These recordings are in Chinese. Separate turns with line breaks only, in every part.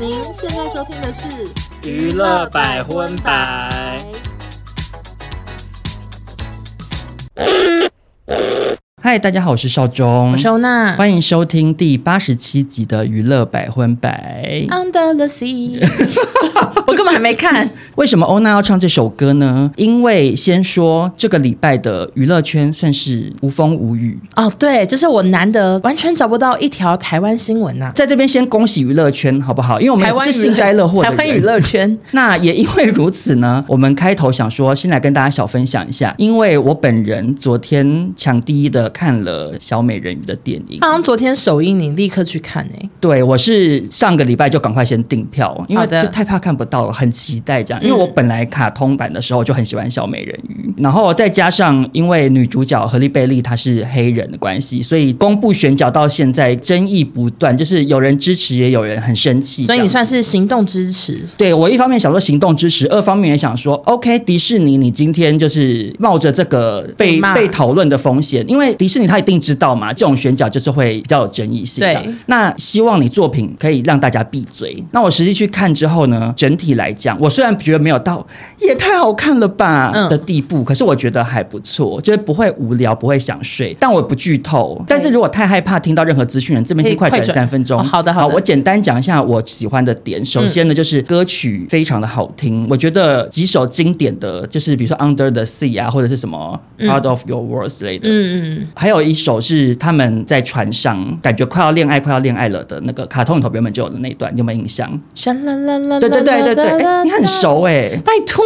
您现在收听的是《
娱乐百分百》。
嗨，大家好，我是邵忠，
我收纳
欢迎收听第八十七集的娱乐百分百。
Under the Sea，我根本还没 看。
为什么欧娜要唱这首歌呢？因为先说这个礼拜的娱乐圈算是无风无雨，
哦，对，这是我难得完全找不到一条台湾新闻呐、
在这边先恭喜娱乐圈好不好？因为我们
台
也不
湾
是
娱
幸灾乐祸的
台
人
湾娱乐圈，
那也因为如此呢， 我们开头想说，先来跟大家小分享一下，因为我本人昨天抢第一的看了《小美人鱼》的电影，
好像昨天首映，你立刻去看哎、
对我是上个礼拜就赶快先订票，因为
好的嗯
就太怕看不到了，很期待这样。因为我本来卡通版的时候就很喜欢小美人鱼，然后再加上因为女主角何丽贝利她是黑人的关系，所以公布选角到现在争议不断，就是有人支持，也有人很生气这
所
样。
以你算是行动支持。
对我一方面想说行动支持，二方面也想说，OK，迪士尼你今天就是冒着这个
被
被
骂
被讨论的风险，因为迪士尼他一定知道嘛，这种选角就是会比较有争议性的
对。
那希望你作品可以让大家闭嘴。那我实际去看之后呢，整体来讲，我虽然觉得没有到也太好看了吧、
嗯
的地步，可是我觉得还不错，就是不会无聊，不会想睡，但我不剧透。但是如果太害怕听到任何资讯人，这边
可以
先快
快
转
转
三分钟。
哦好的好的
我简单讲一下我喜欢的点。首先呢，就是歌曲非常的好听，我觉得几首经典的，就是比如说《Under the Sea》啊，或者是什么《
嗯
Out of Your World》之类的。
嗯嗯，
还有一首是他们在船上，感觉快要恋爱、快要恋爱了的那个卡通里头原本就有的那一段，你有没有印象？
沙啦啦啦啦啦啦啦啦，
对对对对对，哎你很熟哎、
拜托，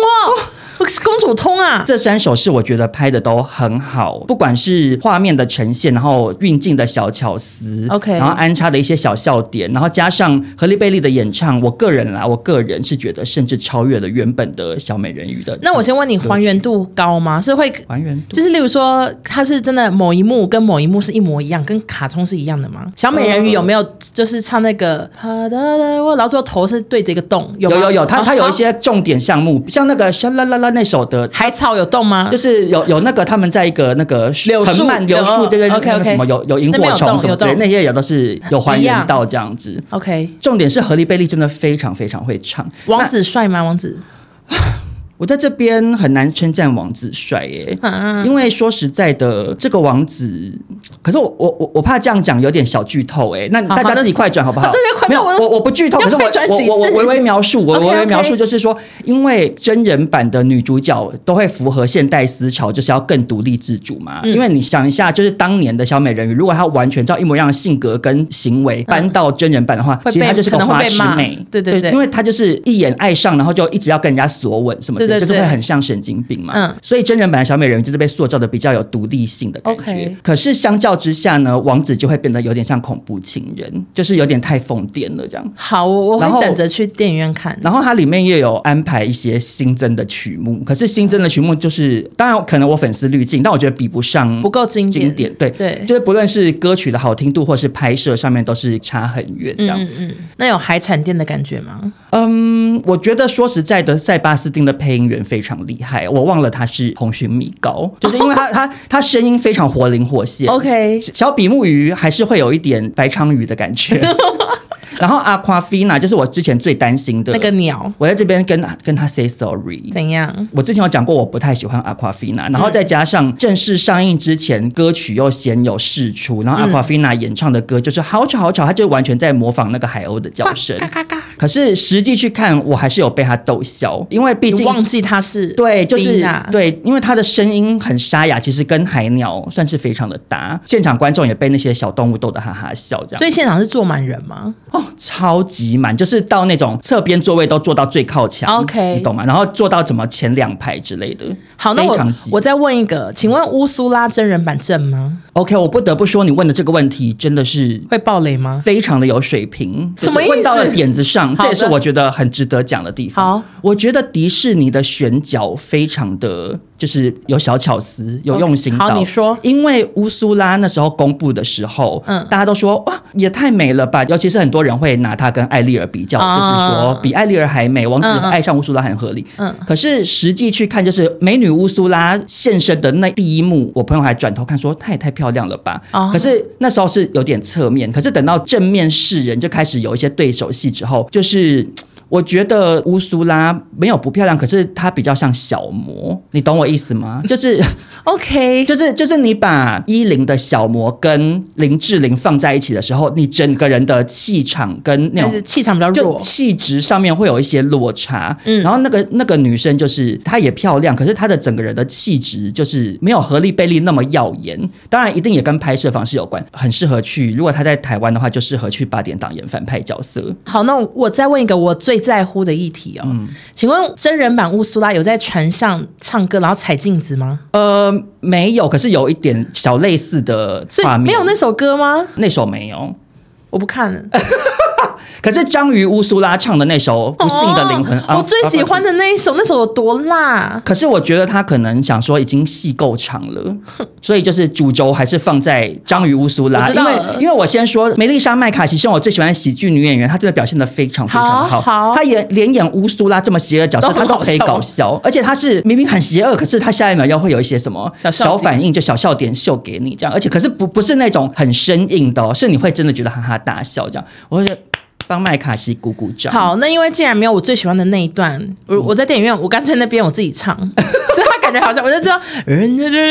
我是公主通啊！
这三首是我觉得拍的都很好，不管是画面的呈现，然后运镜的小巧思
OK
然后安插的一些小笑点，然后加上何丽贝利的演唱，我个人啊啦，我个人是觉得甚至超越了原本的小美人鱼的。
那我先问你，还原度高吗？是会，
还原度
就是例如说，它是真的某一幕跟某一幕是一模一样，跟卡通是一样的吗？小美
呃
人鱼有没有就是唱那个好的，我老后头是对着一个洞，有
有
吗
有有，它它有一
啊
些重点项目，像那个沙啦啦啦那首的
海草有洞吗？
就是有有那个他们在一个那个
柳树
藤蔓
有
柳树对对对
OK，
那个
OK
什么有有萤
那边
火
有
虫
洞
什么
有
之类，
洞
那些也都是有还
一样
原到这样子。
OK，
重点是何丽贝利真的非常非常会唱，
王
那
子帅吗？王子，
我在这边很难称赞王子帅耶、
嗯，
因为说实在的，这个王子，可是我我我我怕这样讲有点小剧透哎、那
好
大家自己快转好不好？
好那好大
没
家
有
快转
我我不剧透，
要
可是我
快转几次
我我我微微描述，我
OK，OK
微微描述就是说，因为真人版的女主角都会符合现代思潮，就是要更独立自主嘛。
嗯
因为你想一下，就是当年的小美人鱼，如果她完全照一模一样的性格跟行为搬到真人版的话，
会
其实她
被
就是
可
个
能会
花
被
痴
骂
妹，
对对对
因为她就是一眼爱上，然后就一直要跟人家索吻什么之
对对
类，就是会
对
很像神经病嘛。
嗯
所以真人版的小美人鱼就是被塑造的比较有独立性的感觉。
OK
可是相较之下呢，王子就会变得有点像恐怖情人，就是有点太疯癫了这样。
好，我我
然
会
后
等着去电影院看。
然后它里面也有安排一些新增的曲目，可是新增的曲目就是，当然可能我粉丝滤镜，但我觉得比不上
不够经典
经典，对
对
就是不论是歌曲的好听度或是拍摄上面都是差很远这
嗯
样。
嗯嗯，那有海产店的感觉吗？
嗯，我觉得说实在的，塞巴斯汀的配音员非常厉害，我忘了他是红鲟米高，就是因为他 他他声音非常活灵活现。
OK，
小比目鱼还是会有一点白鲳鱼的 感觉。然后 Aquafina 就是我之前最担心的
那个鸟
我在这边跟跟他 say sorry。
怎样？
我之前有讲过，我不太喜欢
嗯
Aquafina，然后再加上正式上映之前，歌曲又鲜有释出，
嗯
然后 Aquafina 演唱的歌就是好吵好吵，他就完全在模仿那个海鸥的叫声。
嘎嘎嘎！
可是实际去看，我还是有被他逗笑，因为毕
你
竟
忘记它是
对，就是
Dina
对，因为他的声音很沙哑，其实跟海鸟算是非常的搭。现场观众也被那些小动物逗得哈哈笑，这样
所以现场是坐满人吗？
哦，超级满，就是到那种侧边座位都坐到最靠墙
OK
你懂吗？然后坐到怎么前两排之类的。
好，那
非
我
常挤
我再问一个，请问乌苏拉真人版正吗？
OK，我不得不说，你问的这个问题真的是。
会爆雷吗？
非常的有水平，
什么
就是
意
问到
思
了点子上，
好
这也是
的
我觉得很值得讲的地方。
好，
我觉得迪士尼的选角非常的，就是有小巧思，有用心
OK，好
到
你说
因为乌苏拉那时候公布的时候，
嗯
大家都说哇，也太美了吧！尤其是很多人会拿她跟艾丽儿比较，就是说
啊
比艾丽儿还美，王子
嗯嗯
爱上乌苏拉很合理。
嗯
可是实际去看，就是美女乌苏拉现身的那第一幕，我朋友还转头看说她也太漂亮了吧。
哦
可是那时候是有点侧面，可是等到正面世人就开始有一些对手戏之后，就是。我觉得乌苏拉没有不漂亮，可是她比较像小魔，你懂我意思吗？就是
，OK，
就是就是你把依林的小魔跟林志玲放在一起的时候，你整个人的气场跟那
但
种
是气场比较
就
弱，
气质上面会有一些落差。
嗯
然后那个那个女生就是她也漂亮，可是她的整个人的气质就是没有何丽贝利那么耀眼。当然，一定也跟拍摄方式有关，很适合去。如果她在台湾的话，就适合去八点档演反派角色。
好，那我再问一个我最在乎的议题哦，
嗯
请问真人版乌苏拉有在船上唱歌然后踩镜子吗？
呃，没有，可是有一点小类似的
所
画
以
面。
没有那首歌吗？
那首没有，
我不看了。
可是章鱼乌苏拉唱的那首 《不幸的灵魂》啊
哦我最喜欢。的那一首，那首有多辣？
可是我觉得他可能想说已经戏够长 了，所以就是主轴还是放在章鱼乌苏
我
拉，
知
因
道
为
了
因为我先说梅丽莎麦卡锡是我最喜欢的喜剧女演员，她真的表现的非常非常的好，
好好
她演连演乌苏拉这么邪恶的角色，
都
她
很
都可以
好笑
搞笑，而且她是明明很邪恶，可是她下一秒又会有一些什么
小笑点
小反应，就小笑点秀给你这样，而且可是不不是那种很生硬的、哦，是你会真的觉得哈哈大笑这样，我会觉得帮麦卡锡鼓鼓掌。
好，那因为既然没有我最喜欢的那一段，我
嗯
我在电影院，我干脆那边我自己 唱，就他感觉好像我就知呃道，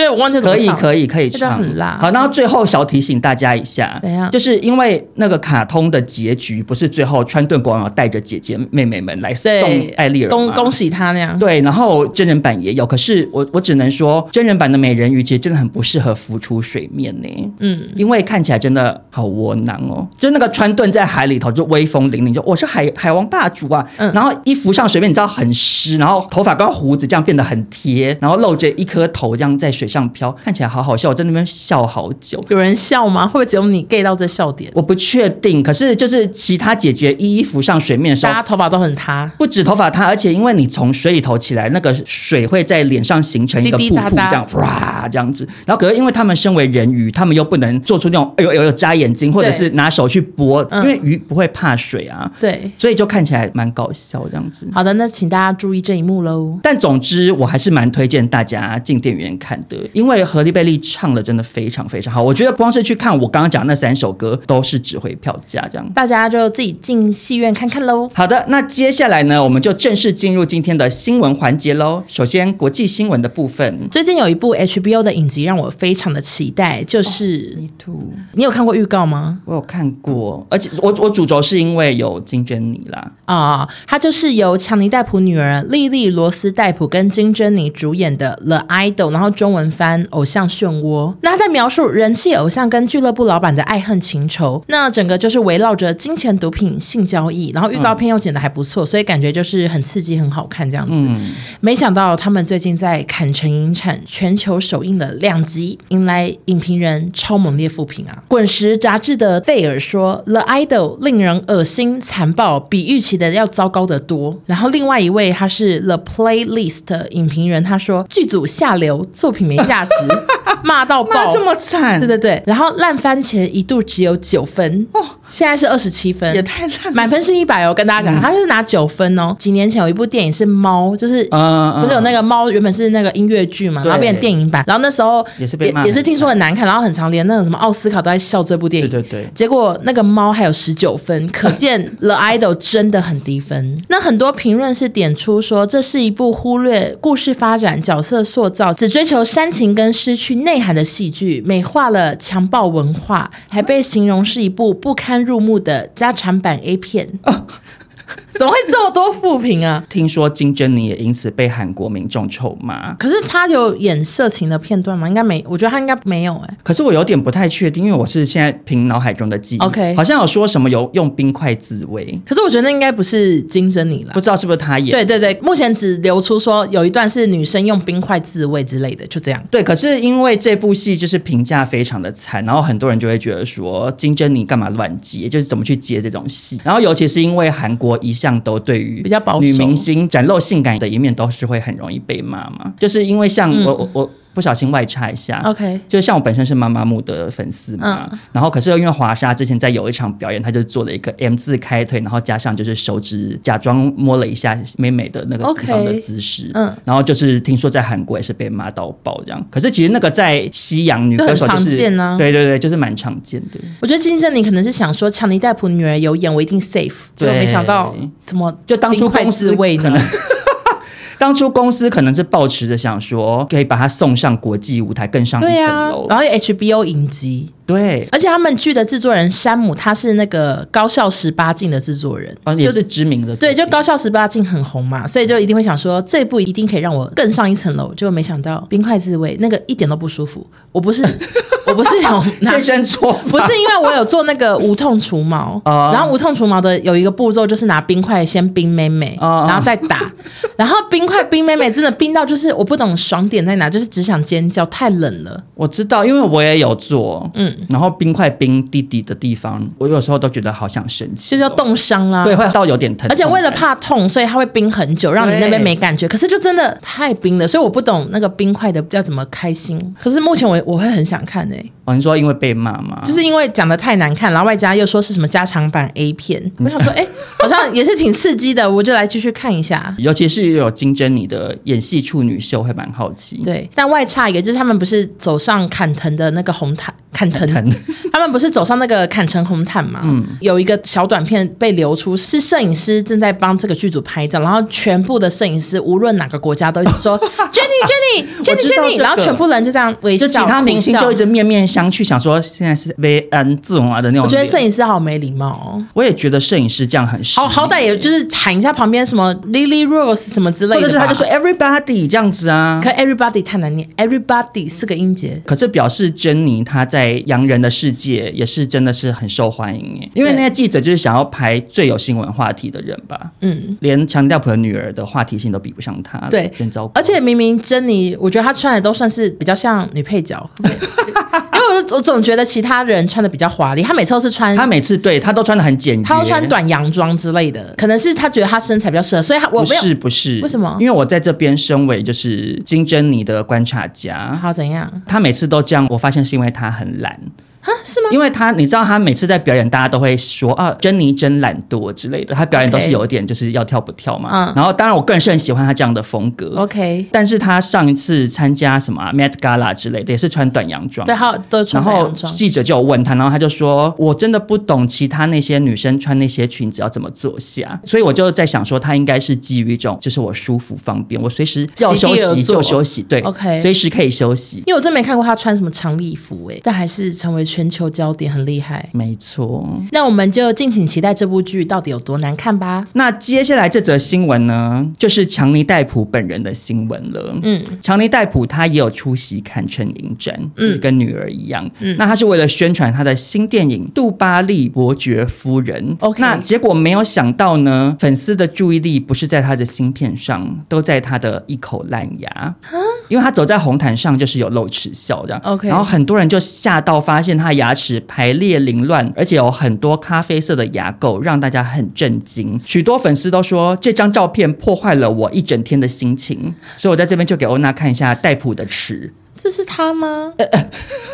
我忘记怎
可
么
以
唱。
可
以，
以可以
这段
唱，
很辣
好，然后最后小提醒大家一下，
怎样
就是因为那个卡通的结局，不是最后川顿国王有带着姐姐妹妹们来送
对，
艾丽尔
恭
吗？
恭喜他那样。
对，然后真人版也有，可是我我只能说，真人版的美人鱼其实真的很不适合浮出水面呢。
嗯，
因为看起来真的好窝囊哦，就那个川顿在海里头就威风凛凛，就我哦是海海王霸主啊，
嗯
然后衣服上随便你知道很湿，然后头发跟胡子这样变得很贴，然后露着一颗头这样在水上飘，看起来好好笑，我在那边笑好久。
有人笑吗？会不会只有你 get 到这笑点？
我不确定，可是就是其他姐姐衣服上水面的时
大
候
家，头发都很塌，
不止头发塌，而且因为你从水里头起来，那个水会在脸上形成一个
滴
瀑
滴答
布，
答
这样哇这样子。然后可是因为他们身为人鱼，他们又不能做出那种哎呦哎呦哎呦眨眼睛，或者是拿手去拨，因
嗯
为鱼不会怕水啊，
对。
所以就看起来蛮搞笑这样子。
好的，那请大家注意这一幕喽。
但总之，我还是蛮推荐大家进电影院看的，因为何丽贝利唱的真的非常非常好。我觉得光是去看我刚刚讲那三首歌，都是值回票价这样。
大家就自己进戏院看看喽。
好的，那接下来呢，我们就正式进入今天的新闻环节喽。首先，国际新闻的部分。
最近有一部 HBO 的影集让我非常的期待，就是、
Me too，
你有看过预告吗？
我有看过，而且我我主轴是因为有金珍妮啦。
啊、它就是由强尼戴普女儿莉莉·罗斯戴普跟金珍妮主演的《The Idol》，然后中文翻《偶像漩涡》。那它在描述人气偶像跟俱乐部老板的爱恨情仇，那整个就是围绕着金钱、毒品、性交易，然后预告片又剪得还不错，所以感觉就是很刺激、很好看这样子。
嗯，
没想到他们最近在坎城影展全球首映了两集，迎来影评人超猛烈复评啊！《滚石》杂志的贝尔说，《The Idol》令人恶心、残暴，比预期的要糟糕得多。然后另外一位他是《The Playlist》的影评人，他说剧组下流，作品没价 值，骂到
骂
爆
这。么惨
对，对对，然后烂番茄一度只有九分，
哦
现在是二十七分，
也太烂了。嗯
满分是一百哦，跟大家讲，他是拿九分哦。几年前有一部电影是《猫》，就是
嗯嗯
不是有那个猫原本是那个音乐剧嘛，
对
然后变成电影版，然后那时候
也是被骂
也是听说很难看，然后很常连那个什么奥斯卡都在笑这部电
对
影。
对对，
结果那个猫还有十九分，可见 The Idol 真的很低分。 那很多评论是点出说，这是一部忽略故事发展、角色塑造，只追求煽情跟失去内涵的戏剧，美化了强暴文化，还被形容是一部不堪入目的家产版 A 片。怎么会这么多负评啊？
听说金珍妮也因此被韩国民众臭骂。
可是他有演色情的片段吗？应该没，我觉得他应该没有哎、
可是我有点不太确定，因为我是现在凭脑海中的记忆
OK
好像有说什么有用冰块自慰，
可是我觉得那应该不是金珍妮啦
不。知道是不是他演的
对对对，目前只流出说有一段是女生用冰块自慰之类的，就这样。
对，可是因为这部戏就是评价非常的惨，然后很多人就会觉得说金珍妮干嘛乱接，就是怎么去接这种戏。然后尤其是因为韩国一向都对于
比较保守嗯
女明星展露性感的一面都是会很容易被骂嘛，就是因为像我、我我。不小心外插一下。
OK，
就是像我本身是妈妈木的粉丝嘛，
嗯
然后可是因为华莎之前在有一场表演，她就做了一个 M 字开腿，然后加上就是手指假装摸了一下妹妹的那个地方的
OK
姿势
嗯
然后就是听说在韩国也是被骂到爆这样，可是其实那个在西洋女歌手
就
就
很
是
常见啊
对对对，就是蛮常见的，
我觉得金正你可能是想说，强尼戴普女儿有演，我一定 safe，结果没想到怎么
就当初
冰块
公司
自卫
可
呢
能。 当初公司可能是抱持着想说，可以把她送上国际舞台，更上一
对
层
啊
楼，。
然后有 HBO 影集，
对，
而且他们剧的制作人山姆，他是那个高校十八禁的制作人，
啊，也是知名的作
对，
品，
就高校十八禁很红嘛，所以就一定会想说这部一定可以让我更上一层楼，结果没想到冰块自卫那个一点都不舒服，我不是我不是有拿
现身说法
不是因为我有做那个无痛除毛，
哦
然后无痛除毛的有一个步骤就是拿冰块先冰妹妹，
哦
然后再打，然后冰块冰妹妹真的冰到就是我不懂爽点在哪，就是只想尖叫，太冷了。
我知道，因为我也有做，
嗯
嗯，然后冰块冰弟弟的地方，我有时候都觉得好想生气
就
哦，
是要冻伤啦。
对，会到有点疼痛
而
感，
且为了怕痛，所以它会冰很久，让你那边没感觉。可是就真的太冰了，所以我不懂那个冰块的要怎么开心。可是目前我我会很想看诶、欸
哦，你说因为被骂吗？
就是因为讲的太难看，然后外加又说是什么加长版 A 片，我想说，哎、好像也是挺刺激的，我就来继续看一下。
尤其是有金珍妮的演戏处女秀，会蛮好奇。
对，但外差一个就是他们不是走上坎腾的那个红毯，坎腾，
疼，
他们不是走上那个坎城红毯嘛？
嗯
有一个小短片被流出，是摄影师正在帮这个剧组拍照，然后全部的摄影师无论哪个国家都一直 说 Jenny Jenny
我
Jenny
知道
Jenny，
这个
然后全部人就这样微笑，
就其他明星
苦笑
就一直面面相觑，想说现在是被安自容啊的那种。
我觉得摄，影师好没礼貌哦。
我也觉得摄影师这样很失
好
礼
好歹也就是喊一下旁边什么 Lily Rose 什么之类
或
的吧，
者是他就说 everybody 这样子啊。
可 everybody 太难念，everybody 四个音节，
可是表示珍妮她在洋人的世界也是真的是很受欢迎耶，因为那些记者就是想要排最有新闻话题的人吧，
嗯。
连强尼戴普的女儿的话题性都比不上她，
对
真糟糕。
而且明明珍妮，我觉得她穿的都算是比较像女配角， 因为我我总觉得其他人穿的比较华丽，她每次都是穿，
她每次对她都穿的很简约，
她都穿，短洋装之类的，可能是她觉得她身材比较适合，所以她我
不
没有
哦是不是，
为什么
因为我在这边身为就是金珍妮的观察家。
啊好怎样
她每次都这样，我发现是因为她很懒，
啊？是吗？
因为她你知道她每次在表演，大家都会说啊，珍妮真懒惰之类的，她表演都
OK
是有一点就是要跳不跳嘛。
嗯
然后当然我个人是很喜欢她这样的风格。
OK，
但是他上一次参加什么、啊、Met Gala 之类的，也是穿短洋装。
对，还有都
然
穿短
后
洋装。
记者就有问他，然后他就说：“我真的不懂其他那些女生穿那些裙子要怎么坐下。”所以我就在想说，他应该是基于一种就是我舒服方便，我随时要休
席地而
息
坐
就休息，对
OK
随时可以休息。
因为我真没看过她穿什么长礼服哎、但还是成为全球焦点，很厉害。
没错。
那我们就敬请期待这部剧到底有多难看吧。
那接下来这则新闻呢，就是强尼戴普本人的新闻了。
嗯，
强尼戴普他也有出席坎城影展，
嗯
就是跟女儿一样。那他是为了宣传他的新电影《杜巴利伯爵夫人》。
OK
那结果没有想到呢，粉丝的注意力不是在他的芯片上，都在他的一口烂牙。因为他走在红毯上就是有露齿笑这样。
OK
然后很多人就吓到，发现他牙齿排列凌乱，而且有很多咖啡色的牙垢，让大家很震惊。许多粉丝都说这张照片破坏了我一整天的心情，所以我在这边就给欧娜看一下戴普的齿，
这是他 吗？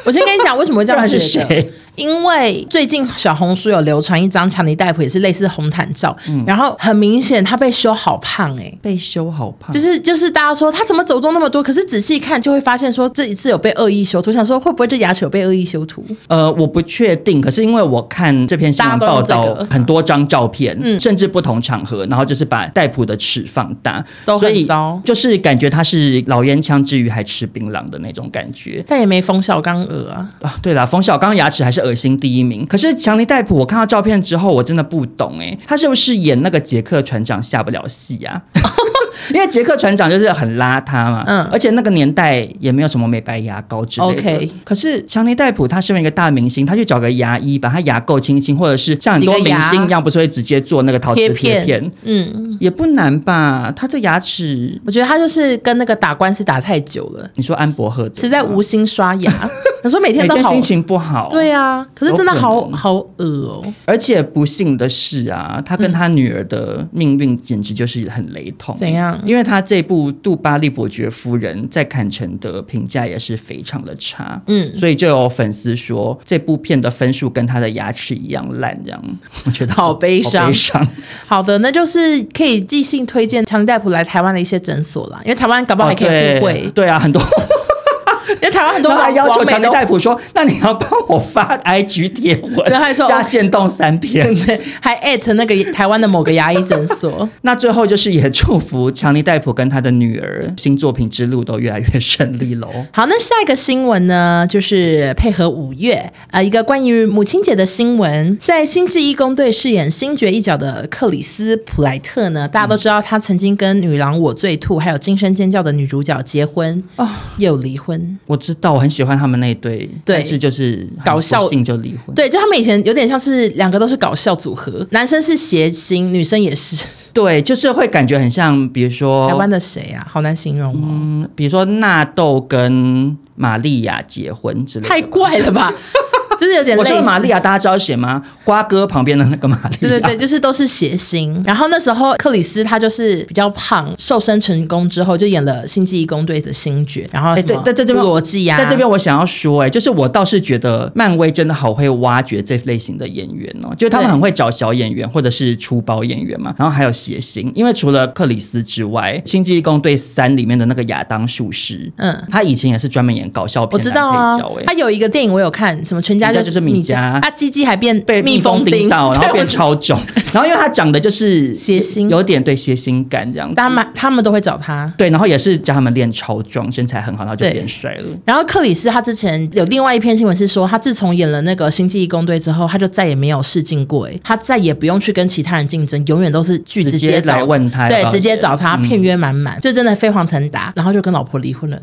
我先跟你讲为什么会
不
这样
然
觉
是
得。
谁？
因为最近小红书有流传一张强尼戴普也是类似红毯照，
嗯
然后很明显他被修好胖哎、
被修好胖，
就是是就是大家说他怎么走动那么多，可是仔细看就会发现说这一次有被恶意修图，想说会不会这牙齿有被恶意修图？
呃，我不确定，可是因为我看这篇新闻报
大家都
道
用这个
很多张照片，
嗯
甚至不同场合，然后就是把戴普的齿放大，
都
所
很
以
糟
就是感觉他是老烟枪之余还吃槟榔的那种感觉。
但也没冯小刚恶啊，
啊，对啦，冯小刚牙齿还是恶心第一名。可是强尼戴普，我看到照片之后，我真的不懂哎、他是不是演那个杰克船长下不了戏啊？ 因为杰克船长就是很邋遢嘛，
嗯
而且那个年代也没有什么美白牙膏之类的。
OK
可是强尼戴普他身为一个大明星，他去找个牙医把他牙垢清清，或者是像很多
洗个
明
牙
星一样，不是会直接做那个陶瓷
贴
贴
片嗯，
也不难吧？他这牙齿，
我觉得他就是跟那个打官司打太久了，
你说安博赫德
实在
吗
无心刷牙。想说每天
每
都
天
好
心，情不好，
对啊，可是真的
有
好
可能
好恶哦、
而且不幸的是啊，他跟他女儿的命运简直就是很雷同。
嗯怎样
因为他这部《杜巴利伯爵夫人》在坎城的评价也是非常的差。
嗯
所以就有粉丝说这部片的分数跟他的牙齿一样烂，这样 我觉得
好悲伤
好悲伤。
好的，那就是可以即兴推荐强尼戴普来台湾的一些诊所啦，因为台湾搞不好还可以
哦对
互惠，
对啊，很多
因为台湾很多
然后还 要求
网美
强尼
都
戴普说：“那你要帮我发 IG 贴文，
对他还说
加限动三篇。”
对，还艾特那个台湾的某个牙医诊 所。
那最后就是也祝福强尼戴普跟他的女儿新作品之路都越来越顺利喽。
好，那下一个新闻呢，就是配合五月，呃，一个关于母亲节的新闻，在《星际义工队》饰演星爵一角的克里斯·普莱特呢，大家都知道他曾经跟《女郎我最吐》还有《惊声尖叫》的女主角结婚，
哦
又离婚。
我知道我很喜欢他们那一对，
对
但是就是
搞笑
性就离婚。
对，就他们以前有点像是两个都是搞笑组合，男生是谐星，女生也是。
对，就是会感觉很像，比如
台湾
说，
的谁啊？好难形容哦。
哦嗯，比如说纳豆跟玛利亚结婚之类
太
的。
怪了 吧，就是有点
我
类
说的
似。
玛利亚，大家知道是谁吗？瓜哥旁边的那个玛 利
对
亚。
对对，就是都是谐星。然后那时候克里斯他就是比较胖，瘦身成功之后就演了《星际义工队》的星爵，然后
哎
什
对
么
对对对
侏罗纪啊，
在这边我想要说、哎，就是我倒是觉得漫威真的好会挖掘这类型的演员哦，就是他们
对
很会找小演员或者是出包演员嘛，然后还有谐星，因为除了克里斯之外，《星际义工队三》里面的那个亚当术士，
嗯。
他以前也是专门演搞笑
我
片
知
男
道啊
配角、，
他
哎。
有一个电影我有看，什么全家
全家
就
就是米家
他鸡鸡还变
被
蜜
蜜蜂
叮
叮到，然
对
后变
我
超肿，然后因为他长得就是
谐星
有点对谐星感这样子，
他们他们都会找他。
对，然后也是叫他们练超壮，身材很好，然后就
对
变帅了。
然后克里斯他之前有另外一篇新闻是说，他自从演了那个《星际义工队》之后，他就再也没有试镜过，哎，他再也不用去跟其他人竞争，永远都是去
直
接
接
找
来问他
对
要，不要
直接
见
找他，片约满满，就真的飞黄腾达，然后就跟老婆离婚了。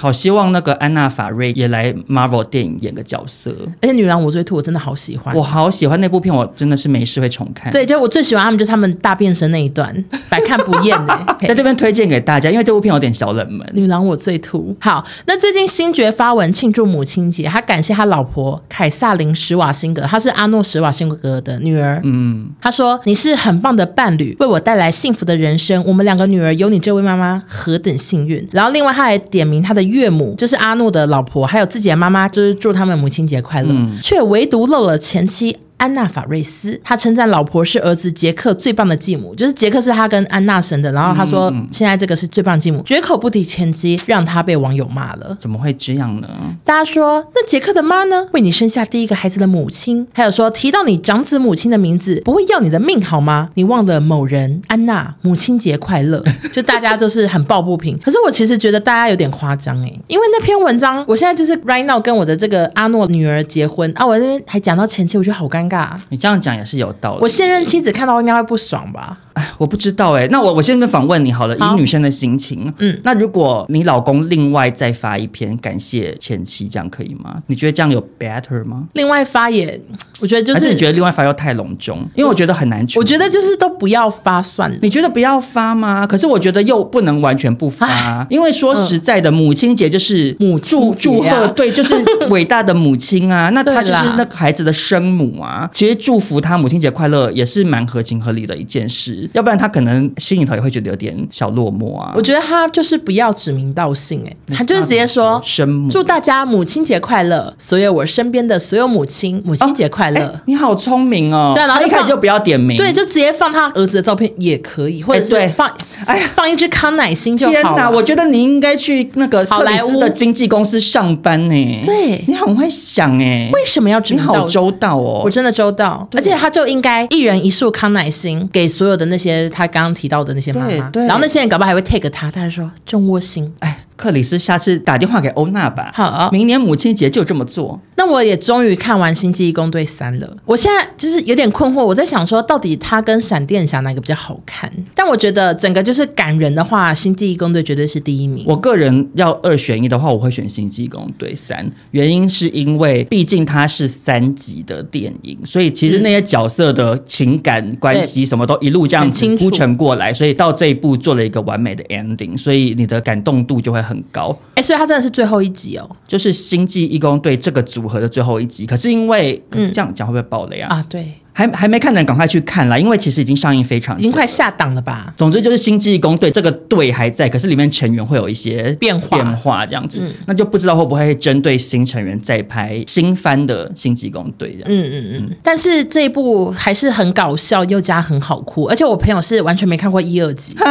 好希望那个安娜法瑞也来 Marvel 电影演个角色。
而且《女郎我最吐》我真的好喜欢
我，好喜欢那部片，我真的是没事会重看。
对，，就我最喜欢他们就是他们大变身那一段，百看不厌哎、
在这边推荐给大家，因为这部片有点小冷门。
女郎我最土。好，那最近星爵发文庆祝母亲节，他感谢他老婆凯撒琳·史瓦辛格，她是阿诺·史瓦辛格的女儿。嗯，他说：“你是很棒的伴侣，为我带来幸福的人生。我们两个女儿有你这位妈妈，何等幸运！”然后另外他还点名他的岳母，就是阿诺的老婆，还有自己的妈妈，就是祝他们母亲节快乐，却唯独漏了前妻。安娜·法瑞斯，他称赞老婆是儿子杰克最棒的继母，就是杰克是他跟安娜生的，然后他说现在这个是最棒继母，绝口不提前妻，让他被网友骂了。
怎么会这样呢？
大家说，那杰克的妈呢？为你生下第一个孩子的母亲，还有说提到你长子母亲的名字，不会要你的命好吗？你忘了某人安娜，母亲节快乐！就大家都是很抱不平。可是我其实觉得大家有点夸张哎，因为那篇文章，我现在就是 right now 跟我的这个阿诺女儿结婚啊，我在那边还讲到前妻，我觉得好尴尬、啊。
你这样讲也是有道理。
我现任妻子看到应该会不爽吧？
哎我不知道哎、那我我现在访问你好了，
好
以女生的心情，
嗯
嗯，那如果你老公另外再发一篇感谢前妻，这样可以吗？你觉得这样有 better 吗？
另外发也，我觉得就
还是
是，
你觉得另外发又太隆重？因为我觉得很难处
我
理
觉得就是都不要发算了。
你觉得不要发吗？可是我觉得又不能完全不
唉
发，因为说实在的，母亲节就是
母亲
祝
节
祝
啊
贺，对，就是伟大的母亲啊，那她就
对啦
是那个孩子的生母啊。其实祝福她母亲节快乐也是蛮合情合理的一件事，要不然她可能心里头也会觉得有点小落寞啊
我。觉得他就是不要指名道姓、欸，哎，他就是直接说
嗯生母
祝大家母亲节快乐，所有我身边的所有母亲母亲节快乐。
哎你好聪明哦！
对啊然后就
她一开始
放
就不要点名，
对，就直接放他儿子的照片也可以，或者
哎
是
对
放，哎
哎
呀
呀，
放一只康乃馨就
天
好
哪，
了。
我觉得你应该去那个
好
克里
莱
斯
坞
的经纪公司上班呢。
对
你很会想哎，
为什么要指
你
名道
好
姓？
周到哦！
我真的周到，而且他就应该一人一束康乃馨给所有的那些他刚刚提到的那些妈妈，
对对
然后那些人搞不好还会 take 他，他就说真窝心。
哎，克里斯，下次打电话给欧娜吧。
好
明年母亲节就这么做。
那我也终于看完《星际义工队三》了。我现在就是有点困惑，我在想说，到底它跟闪电侠哪个比较好看？但我觉得整个就是感人的话，《星际义工队》绝对是第一名。
我个人要二选一的话，我会选《星际义工队三》，原因是因为毕竟它是三集的电影，所以其实那些角色的情感关系什么都一路这样
很
子
清楚
铺陈过来，所以到这一步做了一个完美的 ending，所以你的感动度就会很高。
哎、所以它真的是最后一集哦。
就是《星际义工队》这个组合的最后一集，可是因为可
嗯
是这样讲会不会爆雷啊？
啊，对，
还还没看的人赶快去看啦，因为其实已经上映非常久
已经快。下档了吧？
总之就是《星际义工队》这个队还在，可是里面成员会有一些
变化
变化这样子，
嗯
那就不知道会不会针对新成员再拍新番的《星际义工队》这样。
嗯嗯嗯，但是这一部还是很搞笑，又加很好哭，而且我朋友是完全没看过一二集，
啊！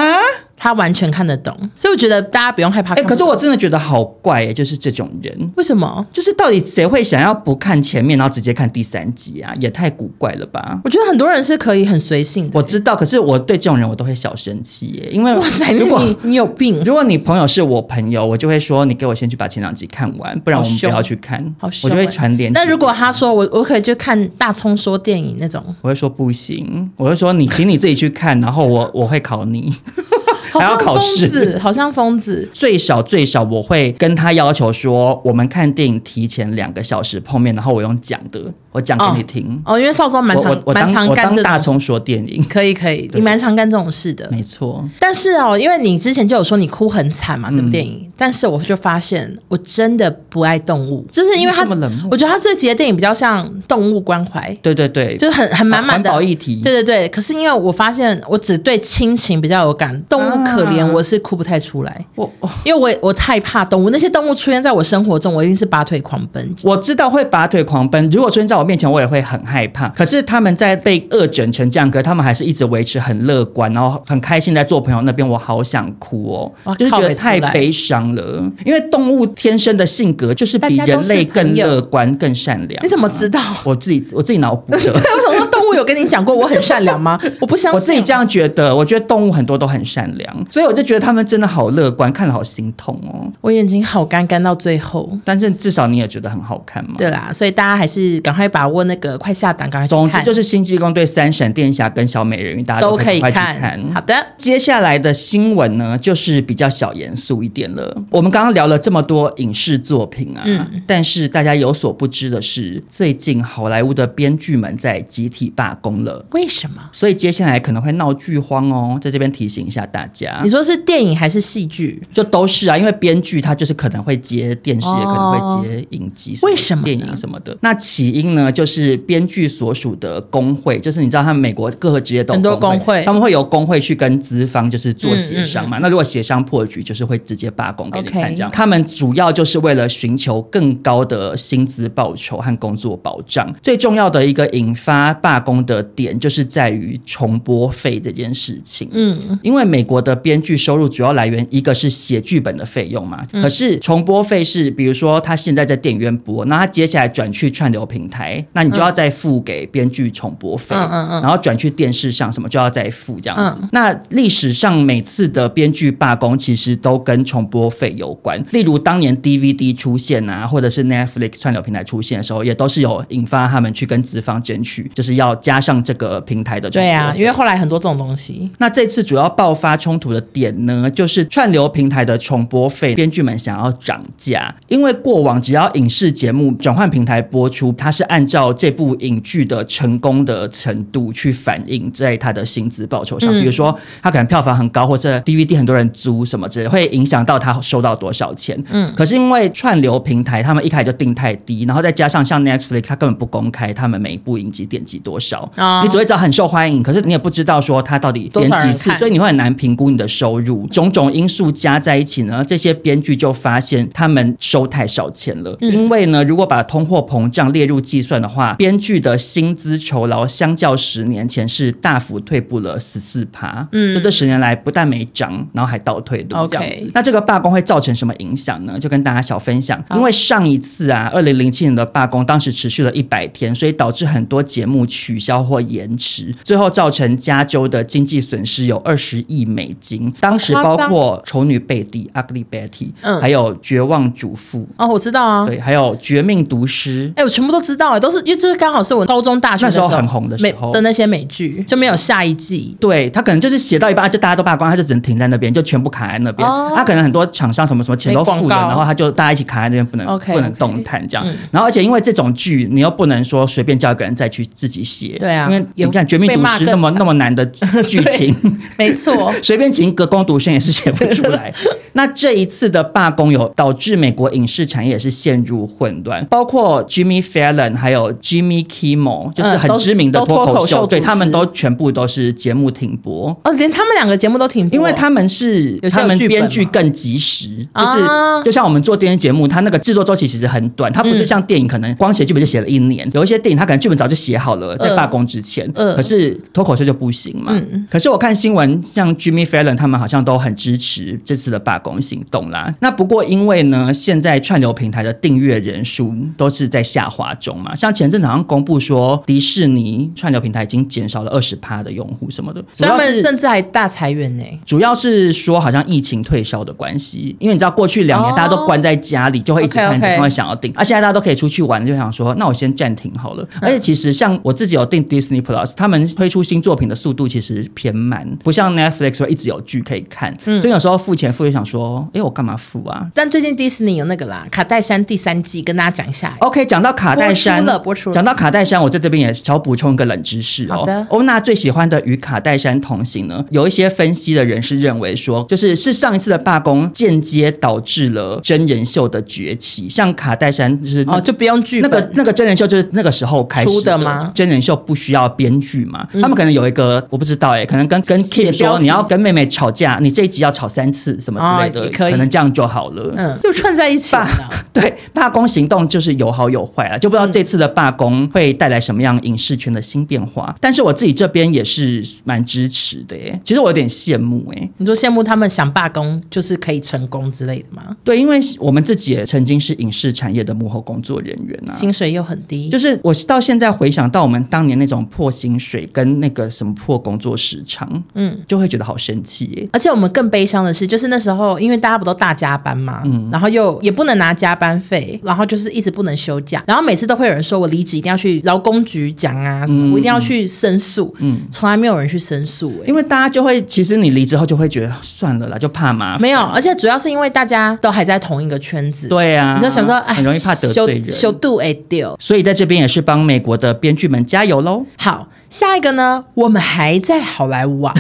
他完全看得懂，所以我觉得大家不用害怕
哎、
看不
可
懂。
是我真的觉得好怪耶、就是这种人，
为什么？
就是到底谁会想要不看前面，然后直接看第三集啊？也太古怪了吧！
我觉得很多人是可以很随性的。
我知道，可是我对这种人我都会小生气耶、因为
哇塞，那
如果
你你有病！
如果你朋友是我朋友，我就会说你给我先去把前两集看完，不然我
好
们不
凶
要去看。
好
我
凶
就会
欸
传链接。
那如果他说我我可以去看大葱说电影那种，
我会说不行，我会说你请你自己去看，然后我我会考你。
好
还要
像
考
疯
试
子，好像疯子。
最少最少我会跟他要求说，我们看电影提前两个小时碰面，然后我用讲的，我讲给你听。
哦，因为少宗蛮
我
常
我我
蛮
当
常
我
干
当
这
大
种
葱
事，
说电影，
可以可以，你蛮常干这种事的。
没错。
但是哦，因为你之前就有说你哭很惨嘛，这
嗯
部电影，但是我就发现我真的不爱动物，就是因为它
你这么冷漠
我觉得它这集的电影比较像动物关怀，
对对对，
就是很很满满的
环保议题。
对对对，可是因为我发现我只对亲情比较有感，动物可怜
啊
我是哭不太出来，
我我
因为我我太怕动物，那些动物出现在我生活中，我一定是拔腿狂奔。
我知道会拔腿狂奔，如果出现在我面前，我也会很害怕。可是他们在被恶整成这样，可是他们还是一直维持很乐观，然后很开心在做朋友那边，我好想哭
哇
哦，就是觉
靠
得
北出
太
来
悲伤了。因为动物天生的性格就是比
大家
人
都是
类更
朋友
乐观、更善良。
你怎么知道？
我自己我自己脑补的。
对，我想说动物有跟你讲过我很善良 吗？我不相信。
我自己这样觉得，我觉得动物很多都很善良，所以我就觉得他们真的好乐观，看了好心痛哦。
我眼睛好干，干到最后。
但是至少你也觉得很好看嘛。
对啦，所以大家还是赶快把握那个快下档，赶快去
总
看
之就是《星际攻队》《三闪电侠》跟《小美人鱼》，大家
都可
可
以
快去
看。好的，
接下来的新闻呢，就是比较小严肃一点了。我们刚刚聊了这么多影视作品啊，
嗯
但是大家有所不知的是，最近好莱坞的编剧们在集体罢工了。
为什么？
所以接下来可能会闹剧荒哦，在这边提醒一下大家
你，说是电影还是戏剧？
就都是啊，因为编剧他就是可能会接电视，
哦
也可能会接影集的、
为什么呢
电影什么的。那起因呢，就是编剧所属的工会，就是你知道他们美国各个职业都有
很多
工
工会嗯
他们会由工会去跟资方就是做协商嘛。那如果协商破局，就是会直接罢工给你
OK
看这样。他们主要就是为了寻求更高的薪资报酬和工作保障。最重要的一个引发罢工的点，就是在于重播费这件事情。
嗯，
因为美国的编剧收入主要来源，一个是写剧本的费用嘛，
嗯
可是重播费是，比如说他现在在电影院播，那他接下来转去串流平台，那你就要再付给编剧重播费，
嗯嗯嗯
然后转去电视上什么就要再付这样子。
嗯
那历史上每次的编剧罢工其实都跟重播费有关，例如当年 DVD 出现啊，或者是 Netflix 串流平台出现的时候，也都是有引发他们去跟资方争取，就是要加上这个平台的重播
对啊，
费
因为后来很多这种东西，
那这次主要爆发冲突的点呢，就是串流平台的重播费，编剧们想要涨价，因为过往只要影视节目转换平台播出，它是按照这部影剧的成功的程度去反映在它的薪资报酬上，
嗯
比如说它可能票房很高，或是 DVD 很多人租什么之类，会影响到它收到多少钱。
嗯
可是因为串流平台他们一开始就定太低，然后再加上像 Netflix，它根本不公开他们每一部影集点击多少，
哦
你只会知道很受欢迎，可是你也不知道说它到底
多
点
少人
几次，
看
所以你会很难评估你的收入。种种因素加在一起呢，这些编剧就发现他们收太少钱了，
嗯
因为呢，如果把通货膨胀列入计算的话，编剧的薪资酬劳相较十年前是大幅退步了十四趴，
嗯
就这十年来不但没涨，然后还倒退路这
OK
样子。那这个罢工会造成什么影响呢？就跟大家小分享，
好
因为上一次啊，二零零七年的罢工当时持续了一百天，所以导致很多节目取消或延迟，最后造成加州的经济损失有二十亿美金。当时包括《丑女贝蒂》（Ugly Betty），、
嗯
还有《绝望主妇》
哦，我知道啊。
对，还有《绝命毒师》。
哎、我全部都知道哎，都是因为这是刚好是我高中、大学的
那时
时
候
候
很红的时
美
候
的那些美剧就没有下一季，
对他可能就是写到一半，啊就大家都罢工，他就只能停在那边，就全部卡在那边。
哦
他可能很多厂商什么什么钱都付
没
了，
广告
然后他就大家一起卡在那边，不能
OK，
不能
OK
动弹这样。
嗯
然后而且因为这种剧，你又不能说随便叫一个人再去自己写，
对啊
因为
也
你看《绝命
被
毒
骂
师》
更
那么
惨
那么难的剧 情，
没错，
随便请一个工读生也是写不出 来。那这一次的罢工有导致美国影视产业也是陷入混乱，包括 Jimmy Fallon 还有 Jimmy Kimmel，就是
嗯
很
都
知名的
都
脱
脱
口
口秀
秀，对
主
他们
持
都全部都是节目停播。
哦，连他们两个节目都挺播，
因为他们是
有些有
他们
剧本
编
吗
剧更及时，就
啊
是就像我们做电视节目，它那个制作周期其实很短，它不是
嗯
像电影可能光写剧本就写了一年，有一些电影它可能剧本早就写好了，在
嗯
罢工之前，
嗯
可是脱口秀就不行嘛
嗯。
可是我看新闻，像 Jimmy Fallon 他们好像都很支持这次的罢工行动啦。那不过因为呢，现在串流平台的订阅人数都是在下滑中嘛，像前阵子好像公布说迪士尼串流平台已经减少了二十趴的用户什么的，
所以他
主要
们
是
甚至还大裁员呢、
主要是说好像疫情退烧的关系，因为你知道过去两年
哦
大家都关在家里，就会一直
OK，OK
看，就会想要订，啊，现在大家都可以出去玩，就想说那我先暂停好了。而且其实像我自己有订 Disney Plus，他们推出新作品的速度其实偏慢，不像 Netflix 会一直有剧可以看，所以有时候付钱付就想说，哎，我干嘛付啊？
但最近迪士尼有那个啦，《卡戴珊》第三季，跟大家讲一下。
OK，讲到卡戴珊
播出了播出了
讲到卡戴珊，我在这边也小补充一个冷知识
好的
哦。欧娜最喜欢的与卡戴珊同行呢，有一些分析的人是认为说，就是是上一次的罢工间接导致了真人秀的崛起，像卡戴珊就是那
哦，就不用剧
那
本。
个那个真人秀就是那个时候开始
出的吗嗯
真人秀不需要编剧嘛？他们可能有一个我不知道哎、可能跟跟
写
Kim
标
说
题
你要跟妹妹吵架，你这一集要吵三次什么之类
哦
的，
也可以
能这样就好了。
嗯，就串在一起了。
对，罢工行动就是有好有坏啊了，就不知道这次的罢工会带来什么样影视圈的新变化。但是我自己这边也是蛮支持的耶，其实我有点羡慕哎。
你说羡慕他们想罢工就是可以成功之类的吗？
对，因为我们自己也曾经是影视产业的幕后工作人员啊。
薪水又很低，
就是我到现在回想到我们当年那种破薪水跟那个什么破工作时长，
嗯
嗯，就会觉得好生气耶。
而且我们更悲伤的是，就是那时候因为大家不都大加班嘛，
嗯
然后又也不能拿加班费，然后就是一直不能休假，然后每次都会有人说我离职一定要去劳工局讲啊，什
嗯
么、我一定要去申诉，从来没有人去申诉、欸，
因为大家就会，其实你离职后就会觉得啊算了啦，就怕麻烦。
没有，而且主要是因为大家都还在同一个圈子，
对啊，
你就想说，哎，
很容易怕得罪人，啊
修度哎丢。
所以在这边也是帮美国的编剧们加油喽！
好，下一个呢，我们还在好莱 坞啊。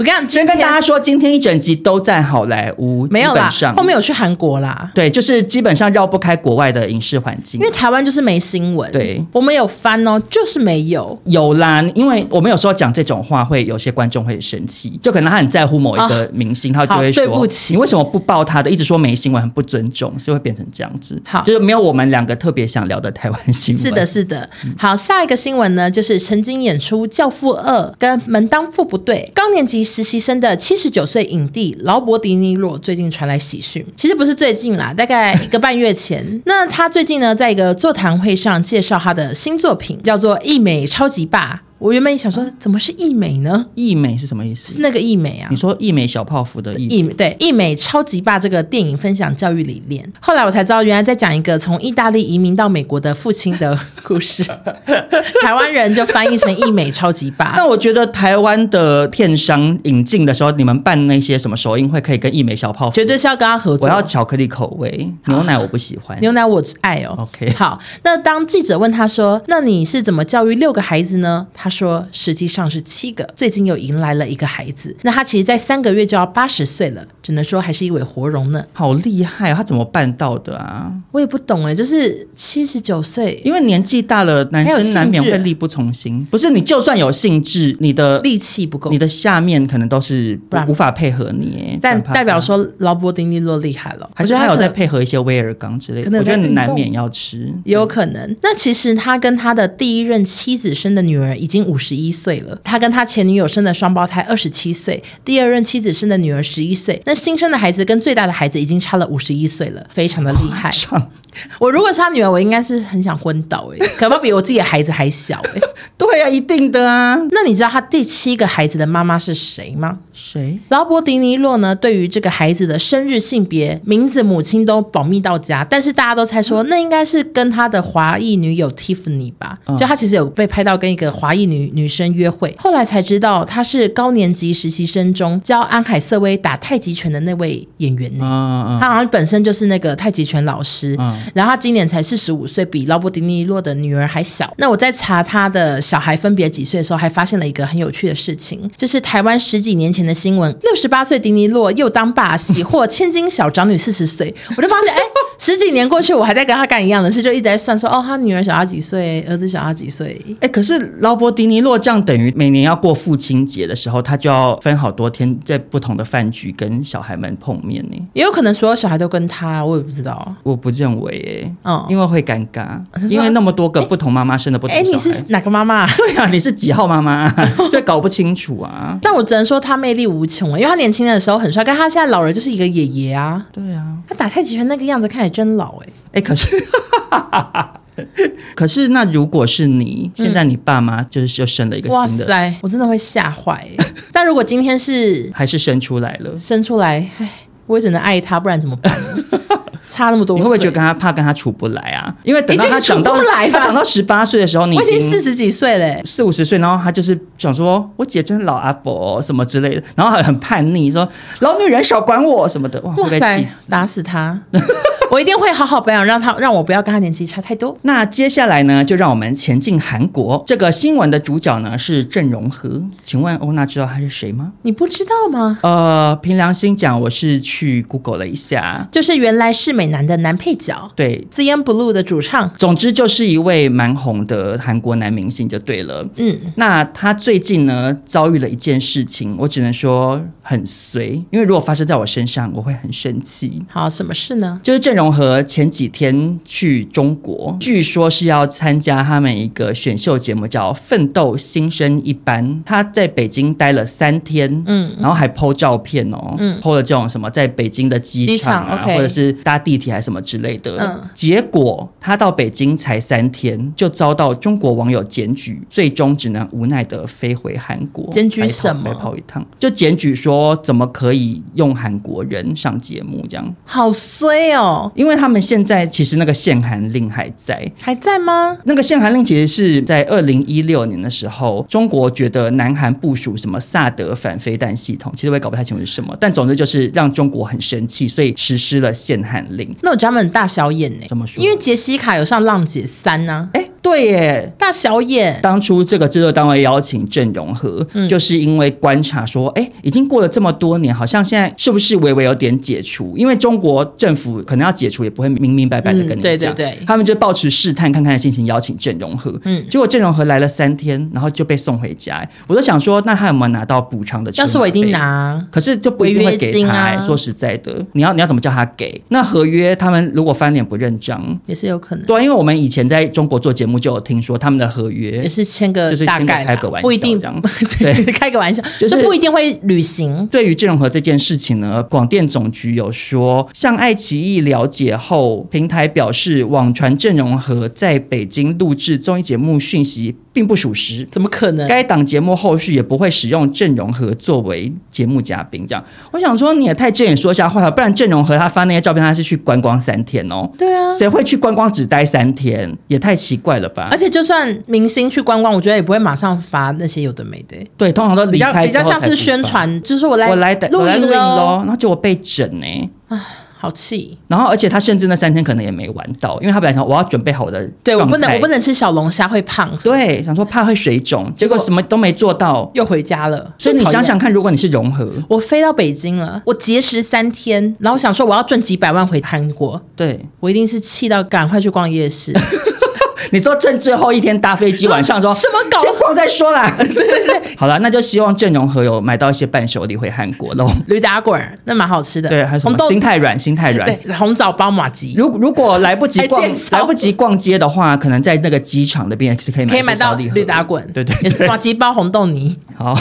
我跟你讲，
先跟
今天
大家说，今天一整集都在好莱坞，
没有
基
啦
本，上
后面有去韩国啦。
对，就是基本上绕不开国外的影视环境
因为。台湾就是没新闻，
对，
我们有翻哦，就是没有。
有啦，因为我们有时候讲这种话，会有些观众会生气，就可能他很在乎某一个明星，他就
啊好
会说
对不起
你为什么不报他的？一直说没新闻，很不尊重，所以会变成这样子。
好
就是没有我们两个特别想聊的台湾新闻。
是的，，是的。好，下一个新闻呢，就是曾经演出《教父二》跟《门当户不对》高年级实习生的七十九岁影帝劳勃·迪尼洛最近传来喜讯，其实不是最近啦，大概一个半月前。那他最近呢，在一个座谈会上介绍他的新作品，叫做《一美超级霸》。我原本想说，怎么是一美呢？
艺美是什么意思
是？那个一美啊
你，说艺美小泡芙的艺
艺对艺美超级霸这个电影分享教育理念。后来我才知道，原来在讲一个从意大利移民到美国的父亲的 故事，台湾人就翻译成艺美超级霸
那。我觉得台湾的片商引进的时候，你们办那些什么首映会，可以跟一美小泡芙
绝对是要跟他合作。哦
我要巧克力口味，牛奶我不喜欢。
牛奶我爱哦。
OK
好。那当记者问他说：“那你是怎么教育六个孩子呢？”他说：“实际上是七个，最近又迎来了一个孩子。那他其实，在三个月就要八十岁了，只能说还是一尾活龙呢。
好厉害、哦，他怎么办到的啊？
我也不懂哎，就是七十九岁，
因为年纪大了，男
还有兴
生
致
难免会力不从心。不是你就算有兴致，你的
力气不够
你。的下面可能都是不
然
无法配合你耶。
但
软趴趴
代表说劳勃丁尼洛厉害了，
还是他
我
有
觉得
在
可能。
配合一些威尔刚之类
可能有
的，我觉
在
得
运动
难免要吃。
也有可能。那其实他跟他的第一任妻子生的女儿已经五十一岁了，他跟他前女友生的双胞胎二十七岁，第二任妻子生的女儿十一岁，那新生的孩子跟最大的孩子已经差了五十一岁了，非常的厉害。
上
我如果是他女儿，我应该是很想昏倒哎、欸，可能比我自己的孩子还小哎、
对啊，一定的啊。
那你知道他第七个孩子的妈妈是谁吗？
谁？
劳勃迪尼洛呢，对于这个孩子的生日、性别、名字、母亲都保密到家，但是大家都猜说，那应该是跟他的华裔女友 Tiffany 吧？
嗯
就他其实有被拍到跟一个华裔女女生约会，后来才知道他是高年级实习生中教安海瑟薇打太极拳的那位演员呢。
嗯嗯
他好像本身就是那个太极拳老师，
嗯
然后他今年才四十五岁，比劳勃迪尼洛的女儿还小。那我在查他的小孩分别几岁的时候，还发现了一个很有趣的事情，这是台湾十几年前的新闻：六十八岁迪尼洛又当爸，喜获千金小长女四十岁。我就发 现，哎，十几年过去，我还在跟他干一样的事，就一直在算说，哦，他女儿小他几岁，儿子小他几岁。
哎、可是劳勃迪尼洛这样等于每年要过父亲节的时候，他就要分好多天在不同的饭局跟小孩们碰面呢。
也有可能所有小孩都跟他，我也不知道。
我不认为耶、
哦
因为会尴尬
是，说
因为那么多个不同妈妈生的不同
哎，你
小孩。
是哪个妈妈啊？
对啊，你是几号妈妈、 就搞不清楚啊。
但我只能说他魅力无穷啊，因为他年轻的时候很帅，但他现在老了就是一个爷爷啊。
对啊，
他打太极拳那个样子看起来真老哎、
哎、可是， 可是那如果是你，现在你爸妈就是又生了一个
哇
新的，
塞，我真的会吓坏、欸。但如果今天是
还是生出来了，
生出来，唉，我也只能爱他，不然怎么 办？差那么多
你
岁，
会不会觉得跟他怕跟他处不来啊？因为等到
一定
他长到
处不来吧
他长到十八岁的时候，你
我已经四十几岁嘞、欸
四五十岁，然后他就是想说，我姐真是老阿伯哦什么之类的，然后很很叛逆，说老女人少管我什么的，哇，会
哇
被气
塞
死。，
打死他！ 我一定会好好保养，让他让我不要跟他年纪差太多。
那接下来呢，就让我们前进韩国。这个新闻的主角呢是郑容和，请问欧娜知道他是谁吗？
你不知道吗？
呃，凭良心讲，我是去 Google 了一下，
就是原来是美男的男配角
对。
，CN Blue 的主唱。
总之就是一位蛮红的韩国男明星就对了。
嗯，
那他最近呢遭遇了一件事情，我只能说很随，因为如果发生在我身上，我会很生气。
好，什么事呢？
就是郑容和前几天去中国，据说是要参加他们一个选秀节目，叫《奋斗新生一班》。他在北京待了三天，
嗯
嗯，然后还 PO 照片哦，
嗯
嗯，PO 了这种什么在北京的机场
机
啊，
场，OK
或者是搭地铁还是什么之类的。
嗯
结果他到北京才三天，就遭到中国网友检举，最终只能无奈的飞回韩国。
检举
白跑
什么
白跑一趟，就检举说怎么可以用韩国人上节目这样。
好衰哦，
因为他们现在其实那个限韩令还在。
还在吗？
那个限韩令其实是在二零一六年的时候，中国觉得南韩部署什么萨德反飞弹系统，其实我也搞不太清楚是什么，但总之就是让中国很生气，所以实施了限韩令。
那我觉得他们很大小眼呢、
怎么说
因为杰西卡有上《浪姐三》呐，
哎，对耶。
大小眼。
当初这个制作单位邀请郑容和，
嗯
就是因为观察说，哎，已经过了这么多年，好像现在是不是微微有点解除？因为中国政府可能要解除，也不会明明白白的跟
嗯
你
对对
讲，
对
他们就抱持试探看看的心情邀请郑容和，
嗯
结果郑容和来了三天，然后就被送回家。我都想说，那他有没有拿到补偿的？
要是我一定。拿，
可是就不一定会给
违约金
他、哎
啊
说实在的，你要你要怎么叫他给？那合约他们如果翻脸不认账，
也是有可能，
对啊、因为我们以前在中国做节目就有听说他们的合约
也是签个
就是
大
先
概啦，
开个玩笑
不一定
这样
对开个玩笑，
就是
这不一定会履行。
对于郑容和这件事情呢，广电总局有说，向爱奇艺了解后，平台表示网传郑容和在北京录制综艺节目讯息并不属实。
怎么可能？
该档节目后续也不会使用郑容和作为节目嘉宾，这样我想说你也太睁眼说瞎话了，不然郑容和他发那些照片，他是去观光三天哦，
对啊，
谁会去观光只待三天？也太奇怪了吧
而！且就算明星去观光，我觉得也不会马上发那些有的没的，
对，通常都
比
离
较
开
比较
之后
像
才
是
出发
宣，传，就是我来
我来的，
录
我来录
影
影喽
喽，，
然后结果被整哎、
好气！
然后，而且他甚至那三天可能也没玩到，因为他本来想我要准备好我的状态，
对我不能我不能吃小龙虾会胖，
对，想说怕会水肿，结
结
果
果
什么都没做到。
又回家了。
所以你
最讨厌
想想看，如果你是融合，
我飞到北京了，我节食三天，然后想说我要赚几百万回韩国，
对，
我一定是气到赶快去逛夜 市。
你说趁最后一天搭飞机，晚上 说
什么搞
先逛再说啦。对对对， 好了，那就希望郑容和有买到一些伴手礼回韩国喽。
驴打滚儿那蛮好吃的，
对，还有什
红
么
豆
心太软，心太软。
对红枣包马鸡，
如如果来不及逛
还介绍
来不及逛街的话，可能在那个机场那边也是可以买
可以
一些
买到
小礼盒
驴打滚，
对对
也是
对，
马鸡包红豆泥。
好，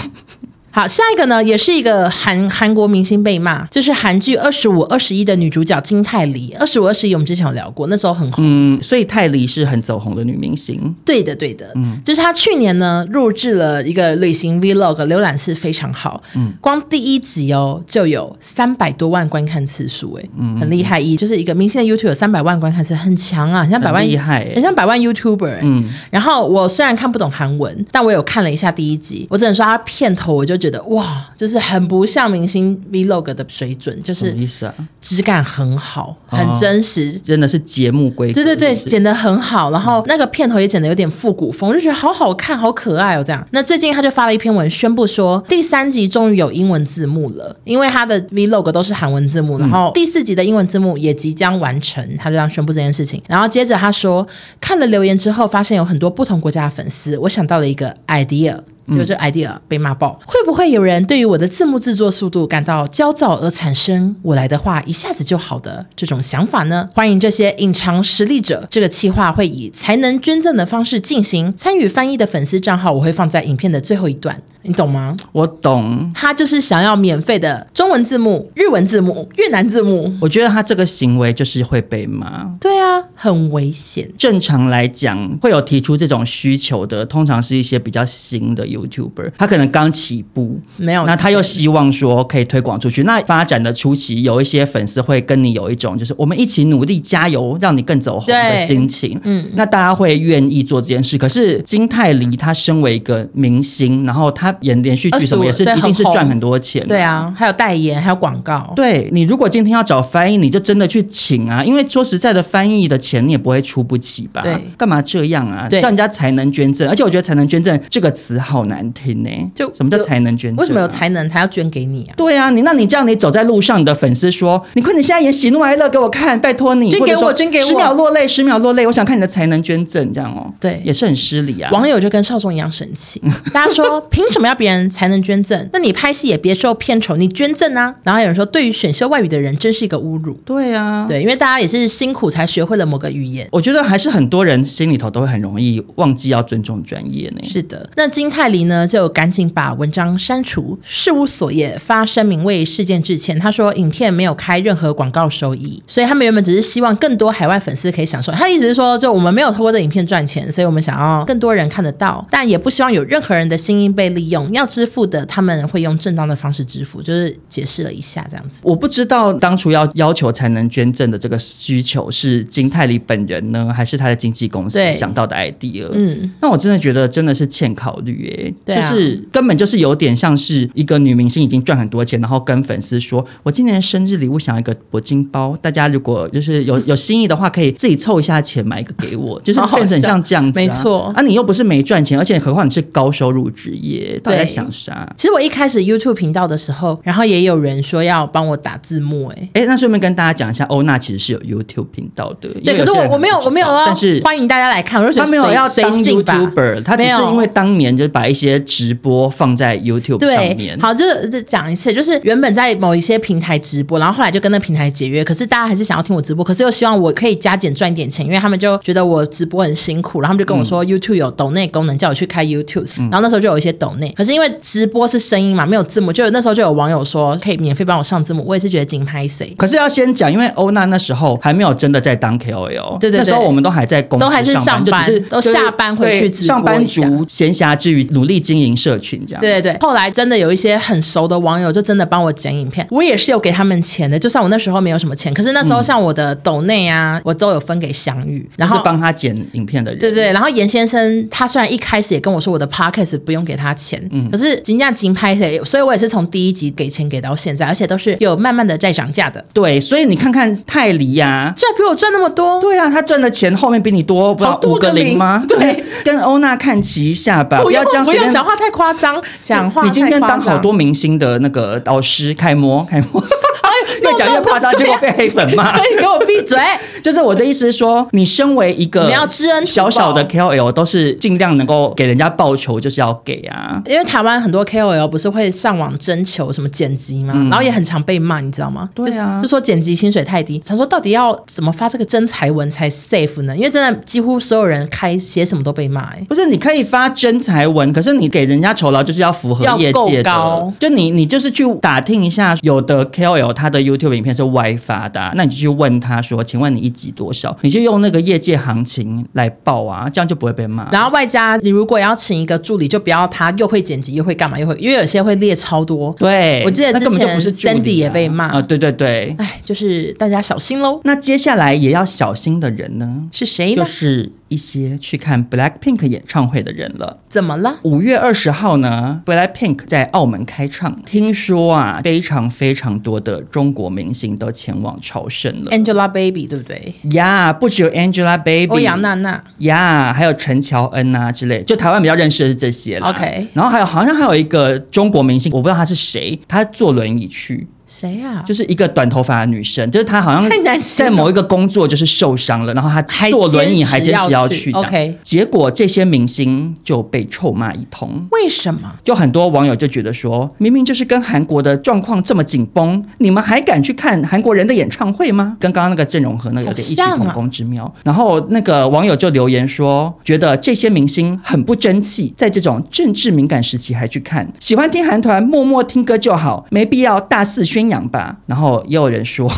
好，下一个呢，也是一个韩韩国明星被骂，就是韩剧《二十五二十一》的女主角金泰梨。二十五二十一我们之前有聊过，那时候很红。
嗯，所以泰梨是很走红的女明星。
对的，对的，
嗯
就是她去年呢录制了一个旅行 vlog，浏览次非常好，
嗯
光第一集哦就有三百多万观看次数，哎，
嗯
很厉害，一就是一个明星的 YouTube 有三百万观看次，很强啊，很像百万
很厉害欸
很像百万 YouTuber，哎、
嗯
啊然后我虽然看不懂韩文，但我有看了一下第一集，我只能说它片头我就觉觉得哇，就是很不像明星 vlog 的水准，就
什
是
么意思啊？
质感很好，
哦
很真实。
真的是节目规格，
对对对，
是不是
剪得很好，然后嗯那个片头也剪得有点复古风，就觉得好好看，好可爱哦，这样。那最近他就发了一篇文，宣布说第三集终于有英文字幕了，因为他的 vlog 都是韩文字幕，然后第四集的英文字幕也即将完成，他就这样宣布这件事情。然后接着他说，看了留言之后，发现有很多不同国家的粉丝，我想到了一个 idea。就这 idea 被骂爆，会不会有人对于我的字幕制作速度感到焦躁而产生“我来的话一下子就好的”这种想法呢？欢迎这些隐藏实力者。这个企划会以才能捐赠的方式进行，参与翻译的粉丝账号我会放在影片的最后一段，你懂吗？
我懂。
他就是想要免费的中文字幕、日文字幕、越南字幕。
我觉得他这个行为就是会被骂。
对啊，很危险。
正常来讲，会有提出这种需求的，通常是一些比较新的 YouTuber，他可能刚起步，
没有，
那他又希望说可以推广出去。那发展的初期，有一些粉丝会跟你有一种就是我们一起努力加油，让你更走红的
对
心情。
嗯，
那大家会愿意做这件事。可是金泰梨她身为一个明星，然后她演连续剧什么
25
也是
对
一定是
很红
赚很多钱、
对。啊，还有代言，还有广告。
对你，如果今天要找翻译，你就真的去请啊，因为说实在的，翻译的钱你也不会出不起吧？
对
干嘛这样啊？
对
让人家才能捐赠，而且我觉得“才能捐赠”这个词好难听呢、
就
什么叫
有
才能捐赠、啊？
为什么有才能还要捐给你啊？
对啊，你那你这样，你走在路上，你的粉丝说：“你快点，现在演喜怒哀乐给我看，拜托你。”
捐给我捐给我
十秒落泪，十秒落泪，我想看你的才能捐赠，这样哦。
对
也是很失礼啊。
网友就跟少宗一样生气，大家说凭什么要别人才能捐赠？那你拍戏也别受片酬，你捐赠啊！然后有人说，对于选修外语的人真是一个侮辱。
对啊，。
对，因为大家也是辛苦才学会了某个语言。
我觉得还是很多人心里头都会很容易忘记要尊重专业呢。
是的，那金泰梨呢就赶紧把文章删除，事务所也发声明为事件致歉。他说影片没有开任何广告收益，所以他们原本只是希望更多海外粉丝可以享受。他的意思是说，就我们没有透过这影片赚钱，所以我们想要更多人看得到，但也不希望有任何人的心音被利用。要支付的，他们会用正当的方式支付，就是解释了一下这样子。
我不知道当初要要求才能捐赠的这个需求是金泰梨本人呢，还是他的经纪公司
对
想到的 idea？
嗯，
那我真的觉得真的是欠考虑诶、
对啊
就是根本就是有点像是一个女明星已经赚很多钱，然后跟粉丝说：“我今年的生日礼物想要一个铂金包，大家如果就是有有心意的话，可以自己凑一下钱买一个给我。” 就是
好好
变成
笑
像这样子、啊，
哦没错
啊，你又不是没赚钱，而且何况你是高收入职业，到底在
对
想啥？
其实我一开始 YouTube 频道的时候，然后也有人说要帮我打字幕、欸，
哎，那顺便跟大家讲一下，欧娜其实是有 YouTube 频道的。因
对，
为
可是
些
我
人
我没有
不知
我没有
道
要
但是
欢迎大家来看，我就觉
他
得
没有
随
要
随
当
性吧。
YouTuber，他只
没
是
有
因为当年就是把一些直播放在 YouTube 上
对
面，。
好，就是再讲一次，就是原本在某一些平台直播，然后后来就跟那平台解约，可是大家还是想要听我直播，可是又希望我可以加减赚一点钱，因为他们就觉得我直播很辛苦，然后他们就
嗯
跟我说 YouTube 有抖内功能，叫我去开 YouTube，、然后那时候就有一些抖内，可是因为直播是声音嘛，没有字幕，就有那时候就有网友说可以免费帮我上字幕，我也是觉得紧拍谁。
可是要先讲，因为欧娜那时候还没有真的在当 KOL，
对对对
那时候我们都还在公司
都还是
上
上班
就只是
都下班回去
对
直播一下
上班族闲暇之余努力经营社群这样。
对对对，后来真的有一些很熟的网友就真的帮我剪影片，我也是有给他们钱的，就算我那时候没有什么钱，可是那时候像我的抖内啊，我都有分给香玉，然
就是
后。
帮他剪影片的人，
对对，然后严先生他虽然一开始也跟我说我的 podcast 不用给他钱，
嗯
可是金价金拍谁，所以我也是从第一集给钱给到现在，而且都是有慢慢的在涨价的，
对所以你看看泰梨啊呀、
居然比我赚那么多，
对啊，他赚的钱后面比你多，不知道
好多
五个
个
零
零
吗？
对，
跟欧娜看齐一下吧，
不
啊要
用
这样
不
随
用
便
讲话太夸张，讲话
你今
太
天
夸
当好
张
多明星的那个导师楷模，楷 模
哎
越讲越夸张，结果被黑粉骂
可。以给我闭嘴。
就是我的意思是说，你身为一个
你要知恩图报
小小的 KOL，都是尽量能够给人家报酬，就是要给啊。
因为台湾很多 KOL 不是会上网征求什么剪辑吗？然后也很常被骂，你知道吗？
嗯对啊
就是就说剪辑薪水太低，想说到底要怎么发这个真才文才 safe 呢？因为真的几乎所有人开写什么都被骂、欸，
不是，你可以发真才文，可是你给人家酬劳就是要符合业界
要够
的
高。
就你，你就是去打听一下，有的 KOL 他的 YouTube 影片是外发的啊、那你就去问他说：“请问你一集多少？”你就用那个业界行情来报啊，这样就不会被骂。
然后外加你如果要请一个助理，就不要他又会剪辑又会干嘛又会，因为有些会列超多。
对，
我记得
那根
之
本就
前
不是助理
Sandy 也被骂
啊、对对对。
哎，就是大家小心喽。
那接下来也要小心的人呢，
是谁
就
呢？
是一些去看 Blackpink 演唱会的人了。
怎么了？
五月二十号呢，BLACKPINK 在澳门开唱，听说啊，非常非常多的中国明星都前往朝圣
哎
了。
Angelababy 对不对？
呀不只有 Angelababy，
欧阳娜娜，
呀还有陈乔恩啊之类，就台湾比较认识的是这些啦。
OK
然后还有好像还有一个中国明星，我不知道他是谁，他坐轮椅去，
谁呀、
就是一个短头发的女生，就是她好像
太难形
在
容
某一个工作就是受伤了，然后她
还
坐轮椅
坚持
还坚持
要
要
去
去这样
OK
结果这些明星就被臭骂一通。
为什么？
就很多网友就觉得说，明明就是跟韩国的状况这么紧绷，你们还敢去看韩国人的演唱会吗？跟刚刚那个郑容和那个有点异曲
好像啊
同工之妙。然后那个网友就留言说，觉得这些明星很不争气，在这种政治敏感时期还去看，喜欢听韩团默默听歌就好，没必要大肆宣扬吧。然后也有人说。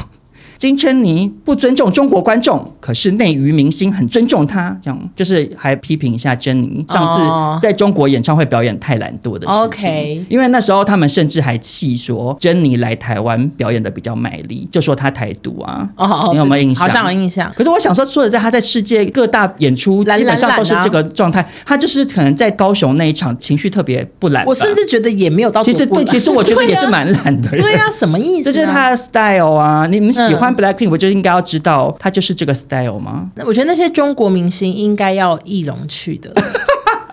金琛妮不尊重中国观众，可是内娱明星很尊重她，这样就是还批评一下珍妮上
哦
次在中国演唱会表演太懒惰的事情。
OK
因为那时候他们甚至还气说珍妮来台湾表演的比较卖力，就说她台独啊。
哦，
你有没有印象？
好像有印象。
可是我想说，说实在，他在世界各大演出
懒
基本上
懒
都是
懒啊
这个状态。他就是可能在高雄那一场情绪特别不懒吧。
我甚至觉得也没有到
其
多
实
不
对，
满。
其实我觉得也是蛮懒的
啊
人。
对呀、啊，什么意思、
这
啊？
就是他的 style 啊！你们喜欢
嗯
Blackpink，、我就应该要知道他就是这个 style 吗？
那我觉得那些中国明星应该要易容去 的。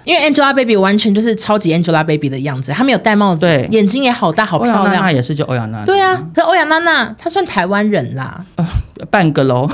因为 Angelababy 完全就是超级 Angelababy 的样子，她没有戴帽子，
对
眼睛也好大好
欧
漂
阳娜
亮
娜，也是，就欧阳娜娜，
对啊。可是欧阳娜娜她算台湾人啦，
半个喽。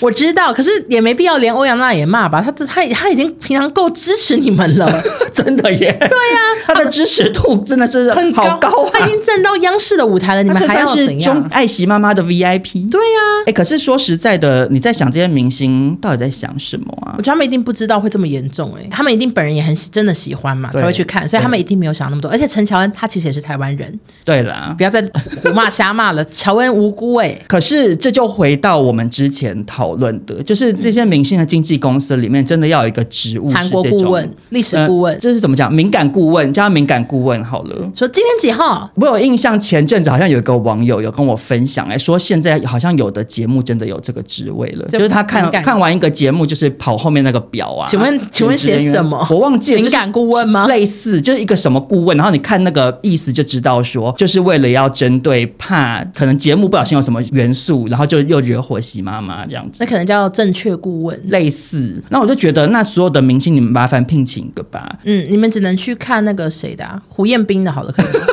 我知道，可是也没必要连欧阳娜娜也骂吧，她她她已经平常够支持你们 了，
真的耶！对呀、他的支持度真的是
啊很
好高
她
啊
已！经站到央视的舞台了，你们
他
还要
是
怎
中
样？
爱惜妈妈的 VIP。
对啊呀、
哎、可是说实在的，你在想这些明星到底在想什么啊
我？觉得他们一定不知道会这么严重哎、欸，他们一定本人也很喜真的喜欢嘛，
对
才会去看，所以他们
对
一定没有想那么多。而且陈乔恩她其实也是台湾人，
对啦
不，要再胡骂瞎骂了， 乔恩无辜哎、
可是这就回到我们之前讨论的，就是这些明星的经纪公司里面真的要有一个职务，
韩国顾问、历史顾问、
呃这是怎么讲？敏感顾问，叫他敏感顾问好了。
说今天几号？
我有印象，前阵子好像有一个网友有跟我分享、哎，说现在好像有的节目真的有这个职位了，
就
就是他看
敏感
看完一个节目，就是跑后面那个表啊。
请问请问写什么
我忘记了，
情感顾问吗
就是类似就是一个什么顾问，然后你看那个意思就知道说，就是为了要针对怕可能节目不小心有什么元素，然后就又惹火喜妈妈这样子
那。可能叫正确顾问。
类似，那我就觉得，那所有的明星，你们麻烦聘请一个吧。
嗯，你们只能去看那个谁的、啊、胡彦斌的，好了，可以 吗？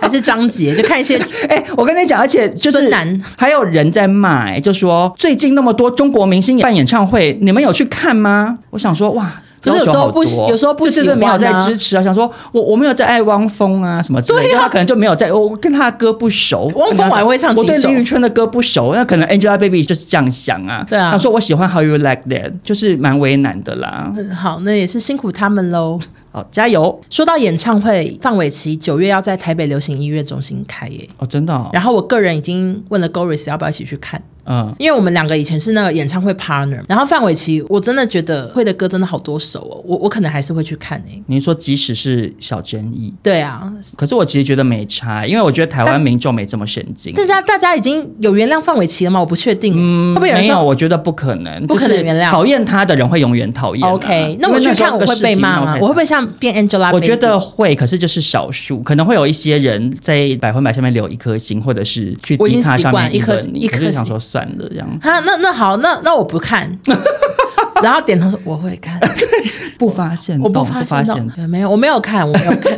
还是张杰？就看一些
哎、我跟你讲，而且就是
孙楠
还有人在骂、哎就说最近那么多中国明星办演唱会，你们有去看吗？我想说，哇。
可是有时候不
要求好多哦
有时候不
就是真的
喜
没有
欢
在
啊
支持啊，想说我我没有在爱汪峰啊什么之类的，
对啊
就他可能就没有在，我跟他的歌不熟。
汪峰我还会唱几
我对
首
李宇春的歌不熟，那可能 Angelababy 就是这样想啊。
对啊
他说我喜欢 How You Like That，就是蛮为难的啦。
嗯好，那也是辛苦他们喽。
好，加油
说到演唱会，范玮琪九月要在台北流行音乐中心开耶、
哦，真的、哦，
然后我个人已经问了 Goris 要不要一起去看，
嗯，
因为我们两个以前是那个演唱会 partner。然后范玮琪，我真的觉得会的歌真的好多首哦，我我可能还是会去看诶、
您说即使是小争议，
对啊，
可是我其实觉得没差，因为我觉得台湾民众没这么神经。
大家大家已经有原谅范玮琪了吗？我不确定、欸会不会有人
嗯没有，
说
我觉得不可能，
不可能原谅
就是讨厌他的人会永远讨厌啊、
OK？那
因
我
为
去
时候
看我
这
会
个事
被
情
骂
闹
吗？
太
我会不
大
会像变 Angelababy？
我觉得会，可是就是少数，可能会有一些人在百分百下面留一颗星，或者是去
我已经
迪卡
习
上
惯
面
一颗
评论你
一颗
我就想
星
说算了这样，
哈，那那好，那那我不 看。然后点头说我会看，
不发现，
我不
懂
发
不
现
发
到
现，
对没有，我没有看，我没有 看。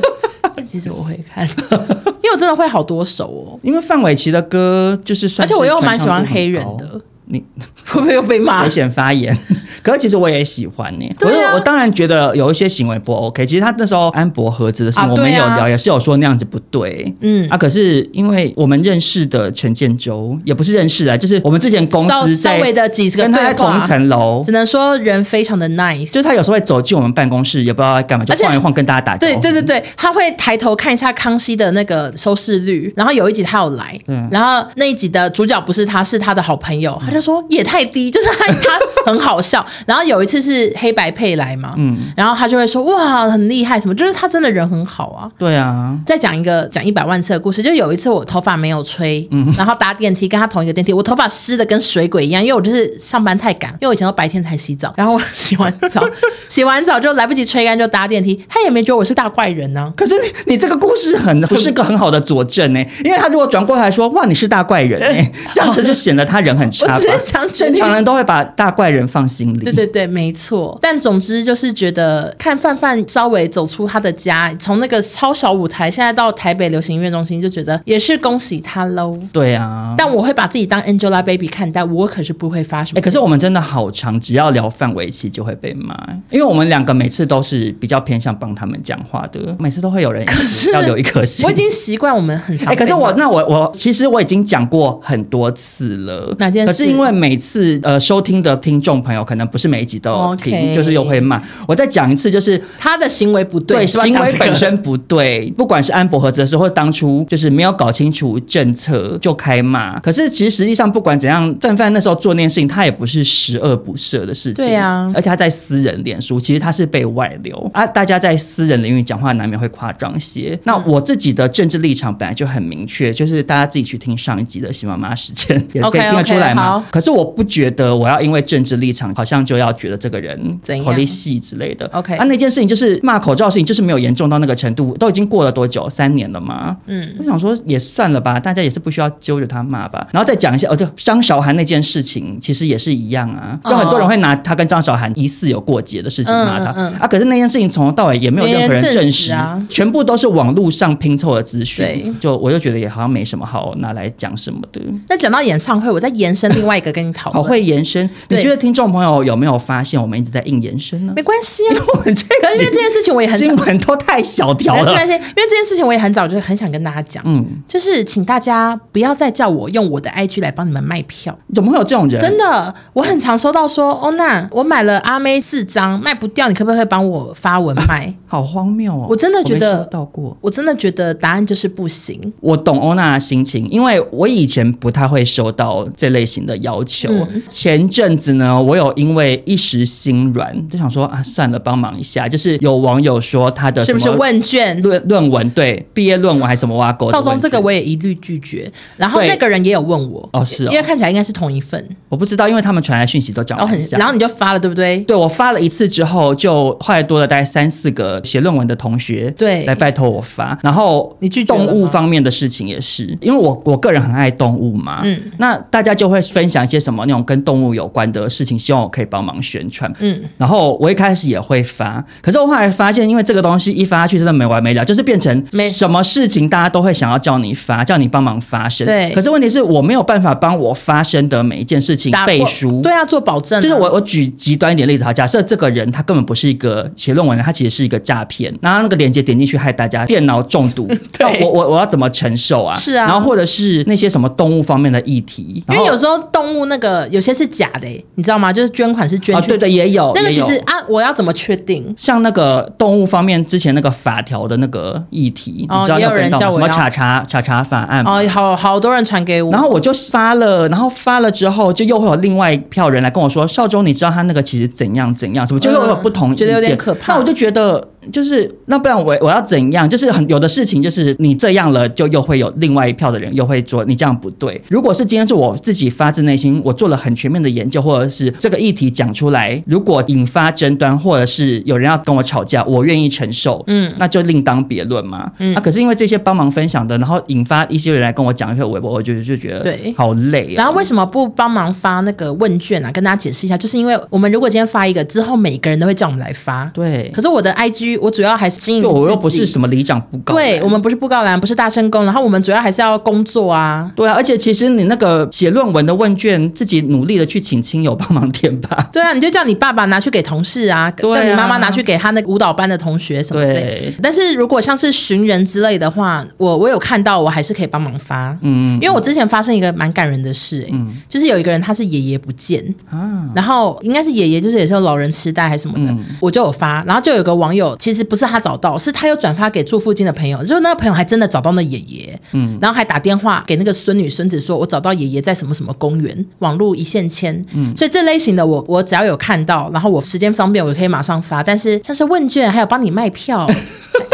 但其实我会看，因为我真的会好多首哦。
因为范玮琪的歌就是 算，
而且我又蛮喜欢黑人，的，
你
会不会又被骂
危？险发言。 可是其实我也喜欢呢、我
啊对啊
我当然觉得有一些行为不 OK。其实他那时候安博盒子的事情，
啊
我们
对
有
啊
聊，也是有说那样子不对。
嗯
啊，可是因为我们认识的陈建州也不是认识啊，就是我们之前公
稍
司
稍
在
微的几个
跟他在
对话
同，层楼
只，能说人非常的 nice。
哦就是他有时候会走进我们办公室，也不知道在干嘛，就
而且
晃一晃跟大家打招
对
呼。
对对对，他会抬头看一下康熙的那个收视率，然后有一集他有来，
嗯
然 后那一集的主角不是他，是他的好朋友，他就说也太低，就是他他很好笑，然后有一次是黑白配来嘛，
嗯，
然后他就会说哇很厉害什么，就是他真的人很好啊。
对啊，
再讲一个讲一百万次的故事，就有一次我头发没有吹，
嗯
然后搭电梯跟他同一个电梯，我头发湿的跟水鬼一样，因为我就是上班太赶，因为我以前都白天才洗澡，然后我洗完 澡，洗完澡就来不及吹干就搭电梯，他也没觉得我是大怪人呢、
可是你你这个故 事很不是个很好的佐证呢、因为他如果转过来说哇你是大怪 人哎、这样子就显得他人很差吧。
我只是想举例
正常人都会把大怪人放心里。
对对对，没错。但总之就是觉得看范范稍微走出他的家，从那个超小舞台，现在到台北流行音乐中心，就觉得也是恭喜他喽。
对啊，
但我会把自己当 Angelababy 看待，我可是不会发什
哎、
么。
可是我们真的好长，只要聊范玮琪就会被骂，因为我们两个每次都是比较偏向帮他们讲话的，每次都会有人
是
要留一颗心
我已。经习惯我们很长。
哎、可是我那我我其实我已经讲过很多次了，
哪件事
可是因为每次呃收听的听众朋友可能不是每一集都有听
OK
就是又会骂。我再讲一次，就是
他的行为不对，是吧
行
讲
为
这个
本身不对，不管是安博盒子的时候，或当初就是没有搞清楚政策就开骂。可是其实实际上不管怎样，范范那时候做那件事情，他也不是十恶不赦的事情。
对啊
而且他在私人脸书，其实他是被外流啊。大家在私人领域讲话难免会夸张些。
嗯
那我自己的政治立场本来就很明确，就是大家自己去听上一集的喜妈妈事件也可
OK，
以听得出来
OK，
嘛
好。
可是我不觉得我要因为政治立场，好像就要觉得这个人
怎样
口力细之类的。
OK
啊，那件事情就是骂口罩的事情，就是没有严重到那个程度，都已经过了多久？三年了吗？
嗯，
我想说也算了吧，大家也是不需要揪着他骂吧。然后再讲一下，哦，对，张韶涵那件事情其实也是一样啊，就很多人会拿他跟张韶涵疑似有过节的事情骂他、
哦嗯嗯嗯
啊，可是那件事情从头到尾也没有任何人
没人
证
证
实，
实啊
全部都是网络上拼凑的资
对
讯，就我就觉得也好像没什么好拿来讲什么的。
那讲到演唱会，我再延伸另外一个跟你讨
好
论。
会延伸，你
对
觉得听众朋友有没有发现我们一直在硬延伸呢
没？关系啊，
我们这一
可是因为
集
这件事情我也很
新
想，
闻都太小条
没
了
关。系，因为这件事情我也很早就很想跟大家讲。
嗯，
就是请大家不要再叫我用我的 IG 来帮你们卖票，
怎么会有这种人？
真的，我很常收到说，哦，那我买了阿妹四张卖不掉，你可不可以帮我发文 卖？
好荒谬哦！
我真的觉得
我没收到过。
我真的觉得答案就是不行。
我懂欧娜的心情，因为我以前不太会收到这类型的要求。
嗯
前阵子呢，我有因为一时心软，就想说啊，算了，帮忙一下。就是有网友说他的
是
什
不
么
是问卷？
论论文，对毕业论文还是什么挖沟的
少
问题？
宗这个我也一律拒绝，然后
对
那个人也有问我，
哦是哦
因为看起来应该是同一份，
我不知道，因为他们传来讯息都长
然后哦
得
很
很，像。
然后你就发了，对不对？
对我发了一次之后，就后来多了大概三四个写论文的同学，
对
来拜托我发。然后
你拒绝了
动
吗
物方面的事情也是，因为我我个人很爱动物嘛，
嗯
嗯，那大家就会分享一些什么那种跟动物有关的事情，希望我可以帮忙宣传。
嗯，
然后我一开始也会发，可是我后来发现，因为这个东西一发下去真的没完没了，就是变成
没
什么事情大家都会想要叫你发，叫你帮忙发声。
对
可是问题是我没有办法帮我发声的每一件事情
打
背
过
书。
对啊，做保证啊、
就是我我举极端一点例子哈，假设这个人他根本不是一个写论文的，他其实是一个诈骗，然后那个链接点进去害大家电脑中毒，
对
那我我我要怎么承受啊？
是啊
然后或者是那些什么动物方面的议题，
因为有
候
时候动物那个有些是假的、你知道吗？就是捐款是捐
啊
去、
对的也有
那个其
也
实
有
啊，我要怎么确定？
像那个动物方面之前那个法条的那个议题，
哦
你知道
也有
那个
人
到
叫我
什么
要
查查查查法案嘛
哦，好好多人传给我，
嗯然后我就发了，然后发了之后，就又会有另外一票人来跟我说：“少中，你知道他那个其实怎样怎样什么？”就又有不同意见、
嗯觉得有点可怕
那我就觉得，就是那不然我我要怎样？就是很有的事情，就是你这样了，就又会有另外一票的人又会说你这样不对。如果是今天是我自己发自内心，我做了很全面的研究，或者是这个议题讲出来，如果引发争端，或者是有人要跟我吵架，我愿意承受，
嗯
那就另当别论嘛。
嗯
啊，可是因为这些帮忙分享的，然后引发一些人来跟我讲一些微博，我就就觉得
对
好累、啊。
然后为什么不帮忙发那个问卷啊？跟大家解释一下，就是因为我们如果今天发一个之后，每个人都会叫我们来发。
对
可，是我的 IG 我主要还是经营，
就我又不是
么，
什么里长不高，
对我。们不是布告栏，不是大声公，然后我们主要还是要工作啊。
对啊，而且其实你那个写论文的问卷，自己努力的去请亲友帮忙填 吧。
对啊，你就叫你爸爸拿去给同事啊，
对啊
叫你妈妈拿去给他那个舞蹈班的同学什么之类
对
的。但是如果像是寻人之类的话，我我有看到，我还是可以帮忙发。
嗯
因为我之前发生一个蛮感人的事、欸，
嗯
就是有一个人他是爷爷不见，
啊，
然后应该是爷爷，就是也是有老人痴呆还是什么的，
嗯
我就有发，然后就有个网友，其实不是他找到，是他又转发给住附近的朋友，就是那个朋友还真的找到那爷爷，
嗯
然后还打电话
嗯
给那个孙女孙子说，我找到爷爷在什么什么公园，网络一线牵，所以这类型的我我我只要有看到，然后我时间方便，我可以马上发。但是像是问卷，还有帮你卖 票，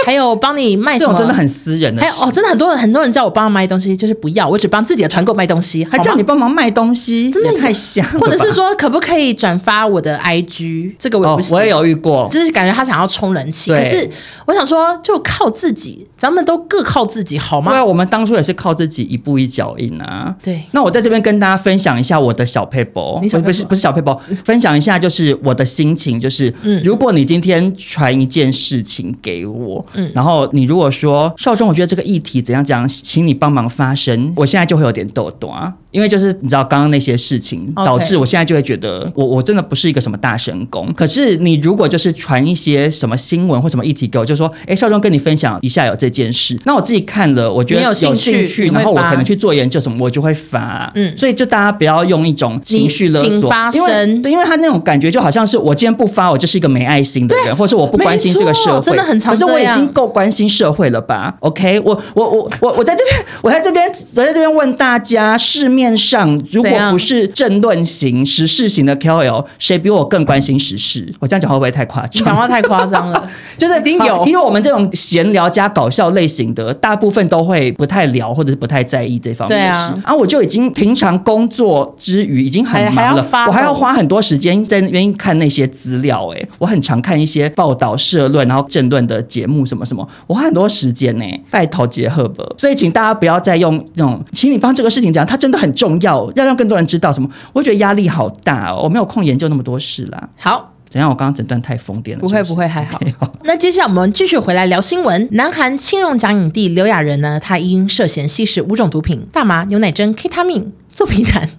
还有帮你卖
这
什
种
么，
真的很私人的啊
还
事。
有哦，真的很多人很多人叫我帮他卖东西，就是不要，我只帮自己的团购卖东西，
还
好
叫
吗
你帮忙卖东西，
真的
也
有
太瞎 了吧。
或者是说可不可以转发我的 IG？这个我也
哦
不，行。
我也有遇过，
就是感觉他想要充人气，
对
可是我想说，就靠自己，咱们都各靠自己，好
对
吗？
啊，我们当初也是靠自己一步一脚印啊。
对
那我在这边跟大家分享一下我的小配博，
你小 paper
不是不是小配博，分享一下就是我的心情，就是、
嗯
如果你今天传一件事情给我，
嗯
然后你如果说少中，我觉得这个议题怎样讲，请你帮忙发声，我现在就会有点痘痘啊，因为就是你知道刚刚那些事情
OK
导致我现在就会觉得我我真的不是一个什么大神功。可是你如果就是传一些什么新闻或什么议题给我，就说哎少中跟你分享一下有这件事，那我自己看了，我觉得
你有兴趣
趣，
你会
然后我
发
可能去做研究什么，我就会发。
嗯
所以就大家不要用一种情绪勒
请
索，
发
因为
声
对，因为他那种感觉就好像是我今天不发，我就是一个没爱心的人，或者我不关心这个社
没
会，
错真的很常
可是我
这
已
样
经够关心社会了吧？OK，我我我我我在这边，我在这边，我在这边问大家，市面上如果
怎样
不是政论型、时事型的 KOL，谁比我更关心时事？我这样讲会不会太夸
你讲
张？
话太夸张 了，
就是
一定
好
有
因为我们这种闲聊加搞笑类型的，大部分都会不太聊或者是不太在意这方面的
对
事。
啊
啊，我就已经平常工作之余已经很
还还
忙
要
了，
follow
我还要花很多时间在那边看那些资料、欸。我很常看一些报道、社论，然后政论的节目什么什么，我花很多时间呢、拜托结合吧。所以请大家不要再用那种，请你帮这个事情讲，它真的很重要，要让更多人知道什么。我觉得压力好大哦，我没有空研究那么多事啦。
好。
怎样？我刚刚诊断太疯癫了？
不会
是是
不会还 好
OK，好
那接下来我们继续回来聊新闻。南韩青龙奖影帝刘亚仁呢，他因涉嫌吸食五种毒品——大麻、牛奶针、K 他命、做皮蛋，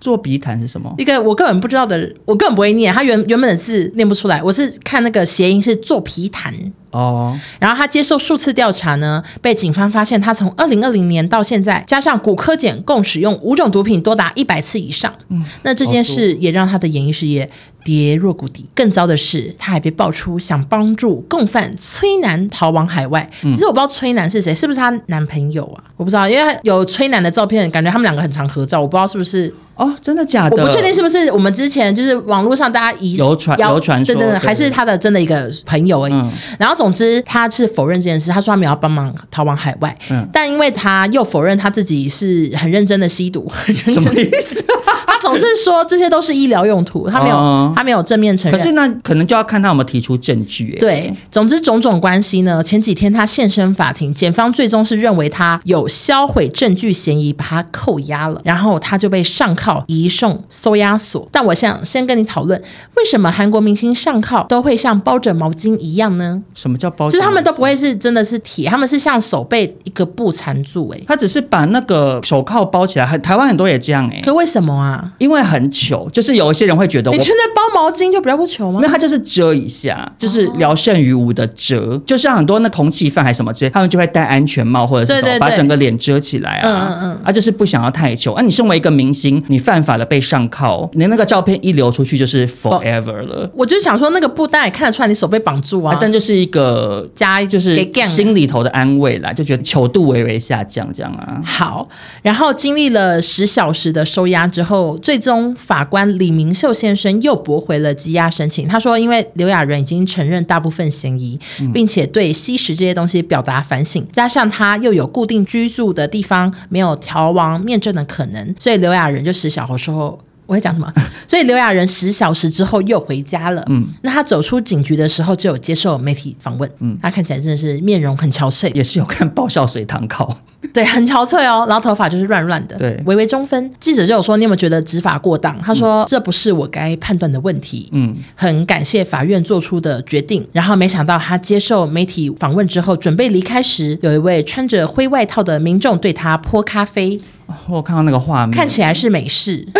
做笔谈是什么？
一个我根本不知道的，我根本不会念，他原原本的字念不出来，我是看那个谐音是做皮弹。
哦，
然后他接受数次调查呢，被警方发现他从二零二零年到现在，加上骨科检共使用五种毒品多达一百次以上。嗯，那这件事也让他的演艺事业跌落谷底。更糟的是，他还被爆出想帮助共犯崔楠逃往海外。其实我不知道崔楠是谁，是不是她男朋友啊？我不知道，因为他有崔楠的照片，感觉他们两个很常合照。我不知道是不是，
哦，真的假
我
的？
不确定是不是我们之前就是网络上大家疑
有传
谣
有传
对
说
对对，
对对
还是他的真的一个朋友而已。
嗯
然后总之他是否认这件事，他说他没有要帮忙逃往海外，
嗯
但因为他又否认他自己是很认真的吸毒，很认
什
真
么
地，
意思？
他总是说这些都是医疗用途，他没有、
哦
他没有正面承
可
认。
是那可能就要看他有没有提出证据、欸。
对，总之种种关系呢，前几天他现身法庭，检方最终是认为他有销毁证据嫌疑，把他扣押了，然后他就被上铐移送搜押所。但我想先跟你讨论，为什么韩国明星上铐都会像包着毛巾一样呢？
什么叫包？
就是他们都不，会是真的是铁，他们是像手被一个布缠住、欸，哎，
他只是把那个手铐包起来。很台湾很多也这样哎、
可为什么啊？
因为很糗，就是有一些人会觉得我
你觉得包毛巾就比较不求吗
没有，？他就是遮一下，就是聊胜于无的遮，就像很多那同气犯还是什么之类，他们就会戴安全帽或者是什
对对
么把
对
整个脸遮起来啊，
嗯嗯嗯
啊，就是不想要太糗啊。你身为一个明星，你犯法了被上铐，你那个照片一流出去就是
哦
forever 了，
我就想说那个布袋看得出来你手被绑住啊
啊，但就是一个
加
就是
给 gang
心里头的安慰啦，就觉得求度微微下降这样啊。
好，然后经历了十小时的收押之后，最终法官李明秀先生又驳回了羁押申请。他说，因为刘亚仁已经承认大部分嫌疑，并且对吸食这些东西表达反省，加上他又有固定居住的地方，没有逃亡面证的可能，所以刘亚仁就十小时后。我会讲 什么？所以刘亚仁十小时之后又回家了。嗯，那他走出警局的时候就有接受媒体访问。嗯，他看起来真的是面容很憔悴，
也是有看爆笑水堂考，
对，很憔悴哦，然后头发就是乱乱的，
对
微微中分。记者就有说，你有没有觉得执法过当？他说、这不是我该判断的问题，
嗯，
很感谢法院做出的决定。然后没想到他接受媒体访问之后，准备离开时，有一位穿着灰外套的民众对他泼咖啡，
我有看到那个画面，
看起来是美式，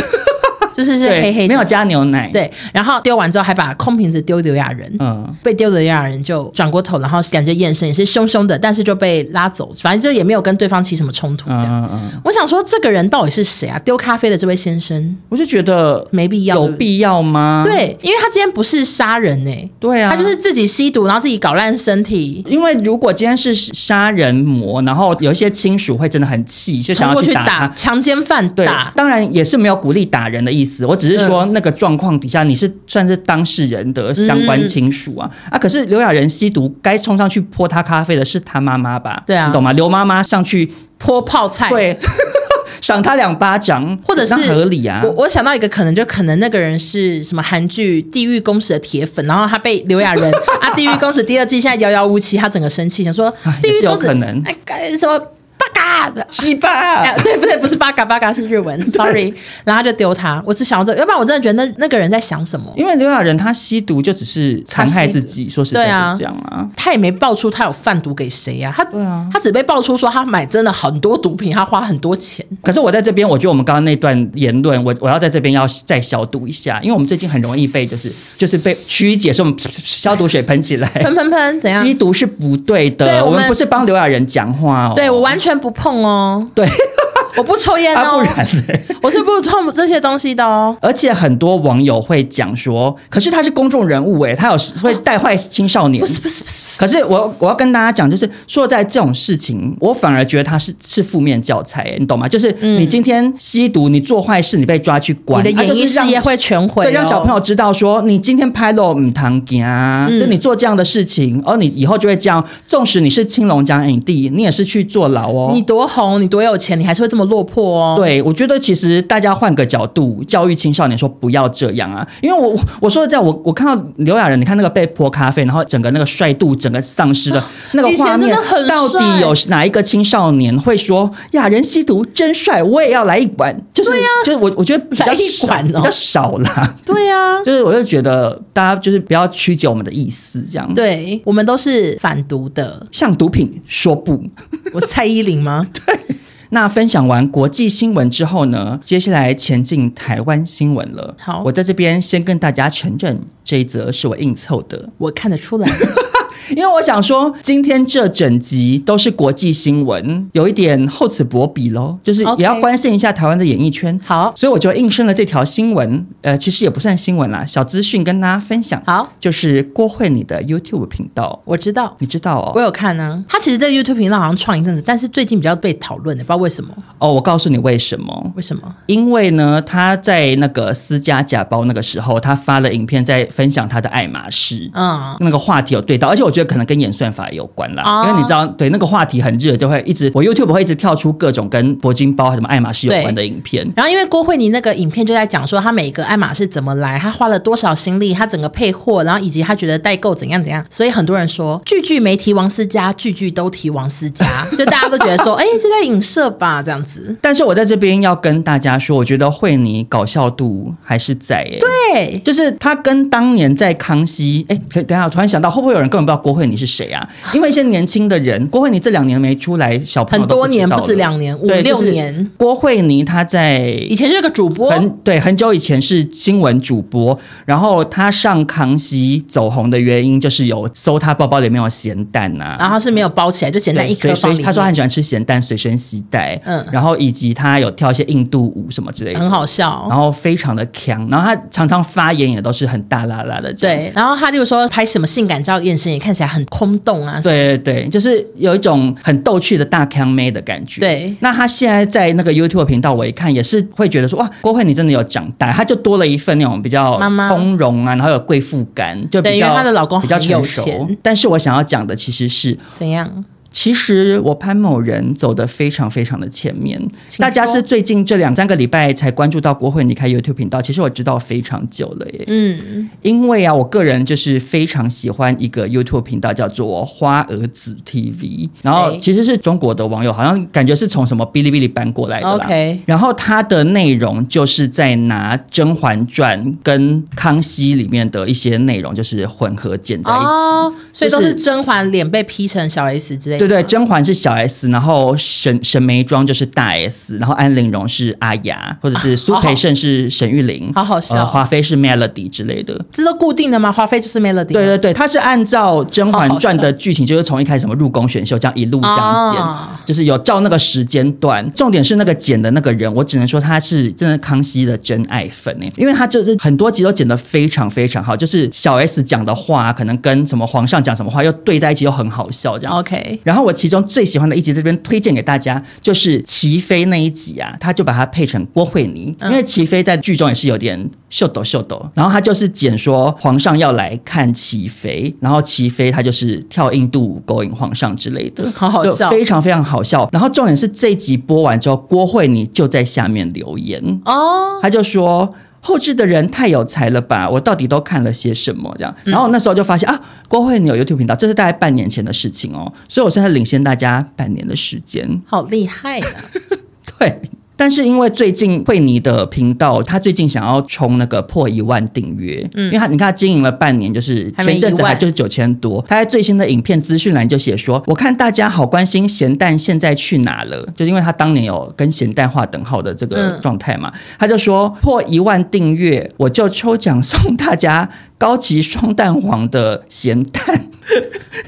就是是
嗯对
黑黑的，
没有加牛奶，，
对，然后丢完之后还把空瓶子丢刘亚仁，
嗯，
被丢的亚人就转过头，然后感觉眼神也是凶凶的，但是就被拉走，反正就也没有跟对方起什么冲突。这
嗯
样，
嗯嗯，
我想说，这个人到底是谁啊？丢咖啡的这位先生
我就觉得
没必嗯要，
有
对不对
必要吗？
对，因为他今天不是杀人呢、
对啊，
他就是自己吸毒，然后自己搞烂身体，
因为如果今天是杀人魔，然后有一些亲属会真的很气，就
冲
想要
过去
打他。
强奸犯
对
打，。
当然也是没有鼓励打人的意思，我只是
嗯
说那个状况底下你是算是当事人的相关亲属啊、
嗯
啊，可是刘亚仁吸毒，该冲上去泼他咖啡的是他妈妈吧？
对啊
你懂吗？刘妈妈上去
泼泡菜。
对。 赏他两巴掌，
或者是
那合理啊
我？我想到一个可能，就可能那个人是什么韩剧《地狱公使》的铁粉，然后他被刘亚 仁啊，《地狱公使》第二季现在遥遥无期，他整个生气，想说
啊
《地
也是
狱
有
公使
可能》
哎干什么八嘎的。
鸡巴
哎，对，不对，不是八嘎八嘎是日文，sorry。然后他就丢他，我只想到这个，要不然我真的觉得那那个人在想什么，
因为刘亚仁他吸毒就只是残害自己，说实在
对啊
是这样啊。
他也没爆出他有贩毒给谁呀、啊，他
对啊
他只被爆出说他买真的很多毒品，他花很多钱，
可是我在这边，我觉得我们刚刚那段言论，我我要在这边要再消毒一下，因为我们最近很容易被就是就是被曲解，说我们消毒水喷起来，
喷喷喷，怎样
吸？毒是不对的，
对我
我
们
们不是帮刘亚仁讲话哦。
对我完全不碰哦，
对，
我不抽烟
啊
哦
不，然嘞。
我是不碰这些东西的哦。
而且很多网友会讲说，可是他是公众人物诶，他有会带坏青少年。
不是不是不是，
可是我我要跟大家讲，就是说在这种事情，我反而觉得它是是负面教材、你懂吗？就是
嗯
你今天吸毒，你做坏事，你被抓去关，
你的
啊
演
就是
艺事
让
业会全毁、哦
对，让小朋友知道说，你今天拍了唔堂行啊，
嗯
就你做这样的事情，而你以后就会这样。纵使你是青龙奖影帝，你也是去坐牢哦。
你多红，你多有钱，你还是会这么落魄哦。，
对，我觉得其实大家换个角度教育青少年说不要这样啊，因为我我我说实在，我我看到刘亚仁，你看那个被泼咖啡，然后整个那个帅度，整个丧失的那个
啊以前
画
真
面
的很，
到底
帅
有哪一个青少年会说亚仁吸毒真帅，我也要来一管？就是、就是我我觉得比较
来一
少，
管哦
比较少啦。
对呀、啊。
就是我就觉得大家就是不要曲解我们的意思，这样。，
对我们都是反毒的，
向毒品说不。
我蔡依林 吗？
那分享完国际新闻之后呢，接下来前进台湾新闻了。
好
我在这边先跟大家承认，这一则是我硬凑的，
我看得出来，
因为我想说，今天这整集都是国际新闻，有一点厚此薄彼喽，就是
OK
也要关心一下台湾的演艺圈。
好
所以我就应声了这条新闻，呃，其实也不算新闻啦，小资讯跟大家分享。
好，
就是郭慧你的 YouTube 频道，
我知道，
你知道哦
我？有看啊。他其实这个 YouTube 频道好像创一阵子，但是最近比较被讨论的，不知道为什么？
哦，我告诉你为什么。
为什么？
因为呢，他在那个私家假包那个时候，他发了影片在分享他的爱马仕，
嗯，
那个话题有对到，而且我觉得可能跟演算法有关啦，
哦
因为你知道，对那个话题很热，就会一直我 YouTube 会一直跳出各种跟铂金包什么爱马仕有关的影片。
然后因为郭慧妮那个影片就在讲说，她每个爱马仕怎么来，她花了多少心力，她整个配货，然后以及她觉得代购怎样怎样，所以很多人说句句没提王思佳，句句都提王思 佳，就大家都觉得说，哎、是在影射吧这样子。
但是我在这边要跟大家说，我觉得惠妮搞笑度还是在耶、
对，
就是他跟当年在康熙，哎、可等一下，我突然想到，会不会有人根本不知道郭慧妮是谁啊？因为一些年轻的人，郭慧妮这两年没出来，小朋友
很多年
都
不
知道
止
了
两年，五
对
六
就是
年，
郭慧妮她在
以前是个主播，
很对很久以前是新闻主播，然后她上康熙走红的原因就是有搜她包包里面有咸蛋啊。
然后是没有包起来，就简单
对
一颗
随
放里面。
随她说她很喜欢吃咸蛋，随身携带。
嗯
嗯，然后以及她有跳一些印度舞什么之类的，
很好笑
然。后非常的强，然后她常常发言也都是很大啦啦的这样。
对，然后他就说拍什么性感照，眼神也看起来很空洞啊。
对对对，就是有一种很逗趣的大康妹的感觉。
对
那她现在在那个 YouTube 频道，我一看也是会觉得说，哇，郭慧你真的有长大，她就多了一份那种比较
妈妈
从容啊，然后有贵妇感，就
对
比
因为
较
她的老公
比较
很有
成熟
钱。
但是我想要讲的其实是，
怎样？
其实我潘某人走得非常非常的前面，
请
大家
说
是最近这两三个礼拜才关注到郭慧你开 YouTube 频道，其实我知道非常久了耶。
嗯，
因为啊，我个人就是非常喜欢一个 YouTube 频道叫做花儿子 TV，然后
谁
其实是中国的网友，好像感觉是从什么哔哩哔哩搬过来的啦。
OK
然后它的内容就是在拿《甄嬛传》跟《康熙》里面的一些内容，就是混合剪在一起。
哦，所以都
就是
是甄嬛脸被 P 成小 S 之类的。
对对，甄嬛是小 S，然后沈沈眉庄就是大 S，然后安陵容是阿雅，或者是苏
哦好好
培盛是沈玉琳，
好好笑
呃华妃是 Melody 之类的。
这都固定的吗？花费就是 Melody，
对对对，它是按照《甄嬛传》的剧情，就是从一开始什么入宫选秀这样一路这样剪，
哦
就是有照那个时间段。重点是那个剪的那个人，我只能说他是真的康熙的真爱粉哎、因为他就是很多集都剪得非常非常好，就是小 S 讲的话，可能跟什么皇上讲什么话又对在一起，又很好笑这样。
OK，
然然后我其中最喜欢的一集，在这边推荐给大家，就是齐飞那一集啊，他就把它配成郭慧妮，
嗯
因为齐飞在剧中也是有点秀抖秀抖，然后他就是剪说皇上要来看齐飞，然后齐飞他就是跳印度舞勾引皇上之类的，
好好
就
笑
非常非常好笑。然后重点是这一集播完之后，郭慧妮就在下面留言，
哦，
他就说。后置的人太有才了吧！我到底都看了些什么？这样，然后我那时候就发现、啊，郭慧你有 YouTube 频道，这是大概半年前的事情哦，所以我现在领先大家半年的时间。
好厉害啊！
对，但是因为最近惠妮的频道，她最近想要冲那个破一万订阅，因为她你看她经营了半年，就是
嗯还没
前阵子
一万
还就是九千多，她在最新的影片资讯栏就写说，我看大家好关心咸蛋现在去哪了，就是因为她当年有跟咸蛋画等号的这个
嗯
状态嘛，她就说破一万订阅，我就抽奖送大家高级双蛋黄的咸蛋。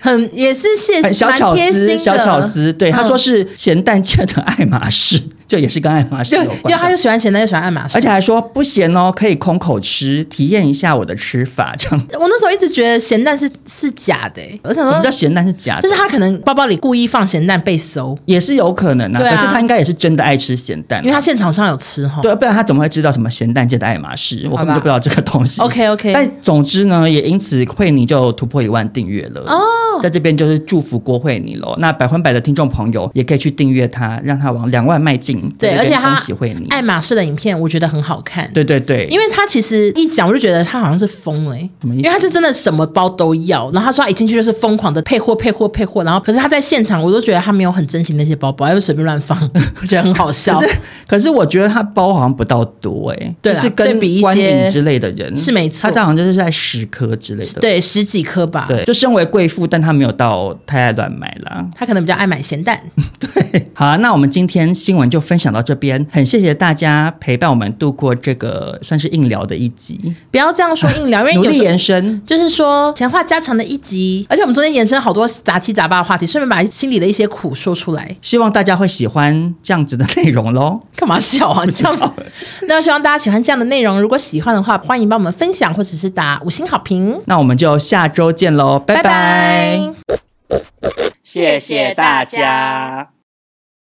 很也是谢
很小巧
蛮贴心
思，
的
小巧，思，对，他
嗯
说是咸蛋界的爱马仕，就也是跟爱马仕
就
有
因为
关
他
的
就。喜欢咸蛋，就喜欢爱马仕，
而且还说不咸哦，可以空口吃，体验一下我的吃法。这样，
我那时候一直觉得咸蛋是是假的、欸，我想
什么叫
说，
咸蛋是假的？
就是他可能包包里故意放咸蛋被搜，
也是有可能啊，
对啊
可是他应该也是真的爱吃咸蛋啊、
因为他现场上有吃哈。
对，不然他怎么会知道什么咸蛋界的爱马仕？我
好
根本
吧
就不知道这个东西。
OK OK，
但总之呢，也因此惠妮就突破一万订阅了哦。在这边就是祝福郭惠妮喽。那百分百的听众朋友也可以去订阅她，让她往两万迈进。
对，
在
而
这
且
边
他
恭喜惠妮，
爱马仕的影片，我觉得很好看。
对对对，
因为他其实一讲，我就觉得他好像是疯了欸、
什么意
因
思
为他就真的什么包都要。然后他说他一进去就是疯狂的配货、配货、配货。然后可是他在现场，我都觉得他没有很珍惜那些包包，他就随便乱 放，我觉得很好笑
可。是可是我觉得她包好像不到多哎、欸，
对
就
啦
是
对
跟
比一些
观影之类的人
是没错
她这好像就是在十颗之类的。
对，十几颗吧。
对，就身为贵妇，但她没有到太爱乱买啦。
他可能比较爱买咸 蛋。
好、啊，那我们今天新闻就分享到这边，很谢谢大家陪伴我们度过这个算是硬聊的一集，
不要这样说硬聊，因为
努
有
力
时候
延伸。
就是说闲话家常的一集，而且我们中间延伸好多杂七杂八的话题，顺便把心里的一些苦说出来。
希望大家会喜欢这样子的内 容喽。
干嘛笑啊？你 这样， 那希望大家喜欢这样的内容。如果喜欢的话，欢迎帮我们分享或者是打五星好评。
那我们就下周见喽，拜拜
拜拜
谢谢大家。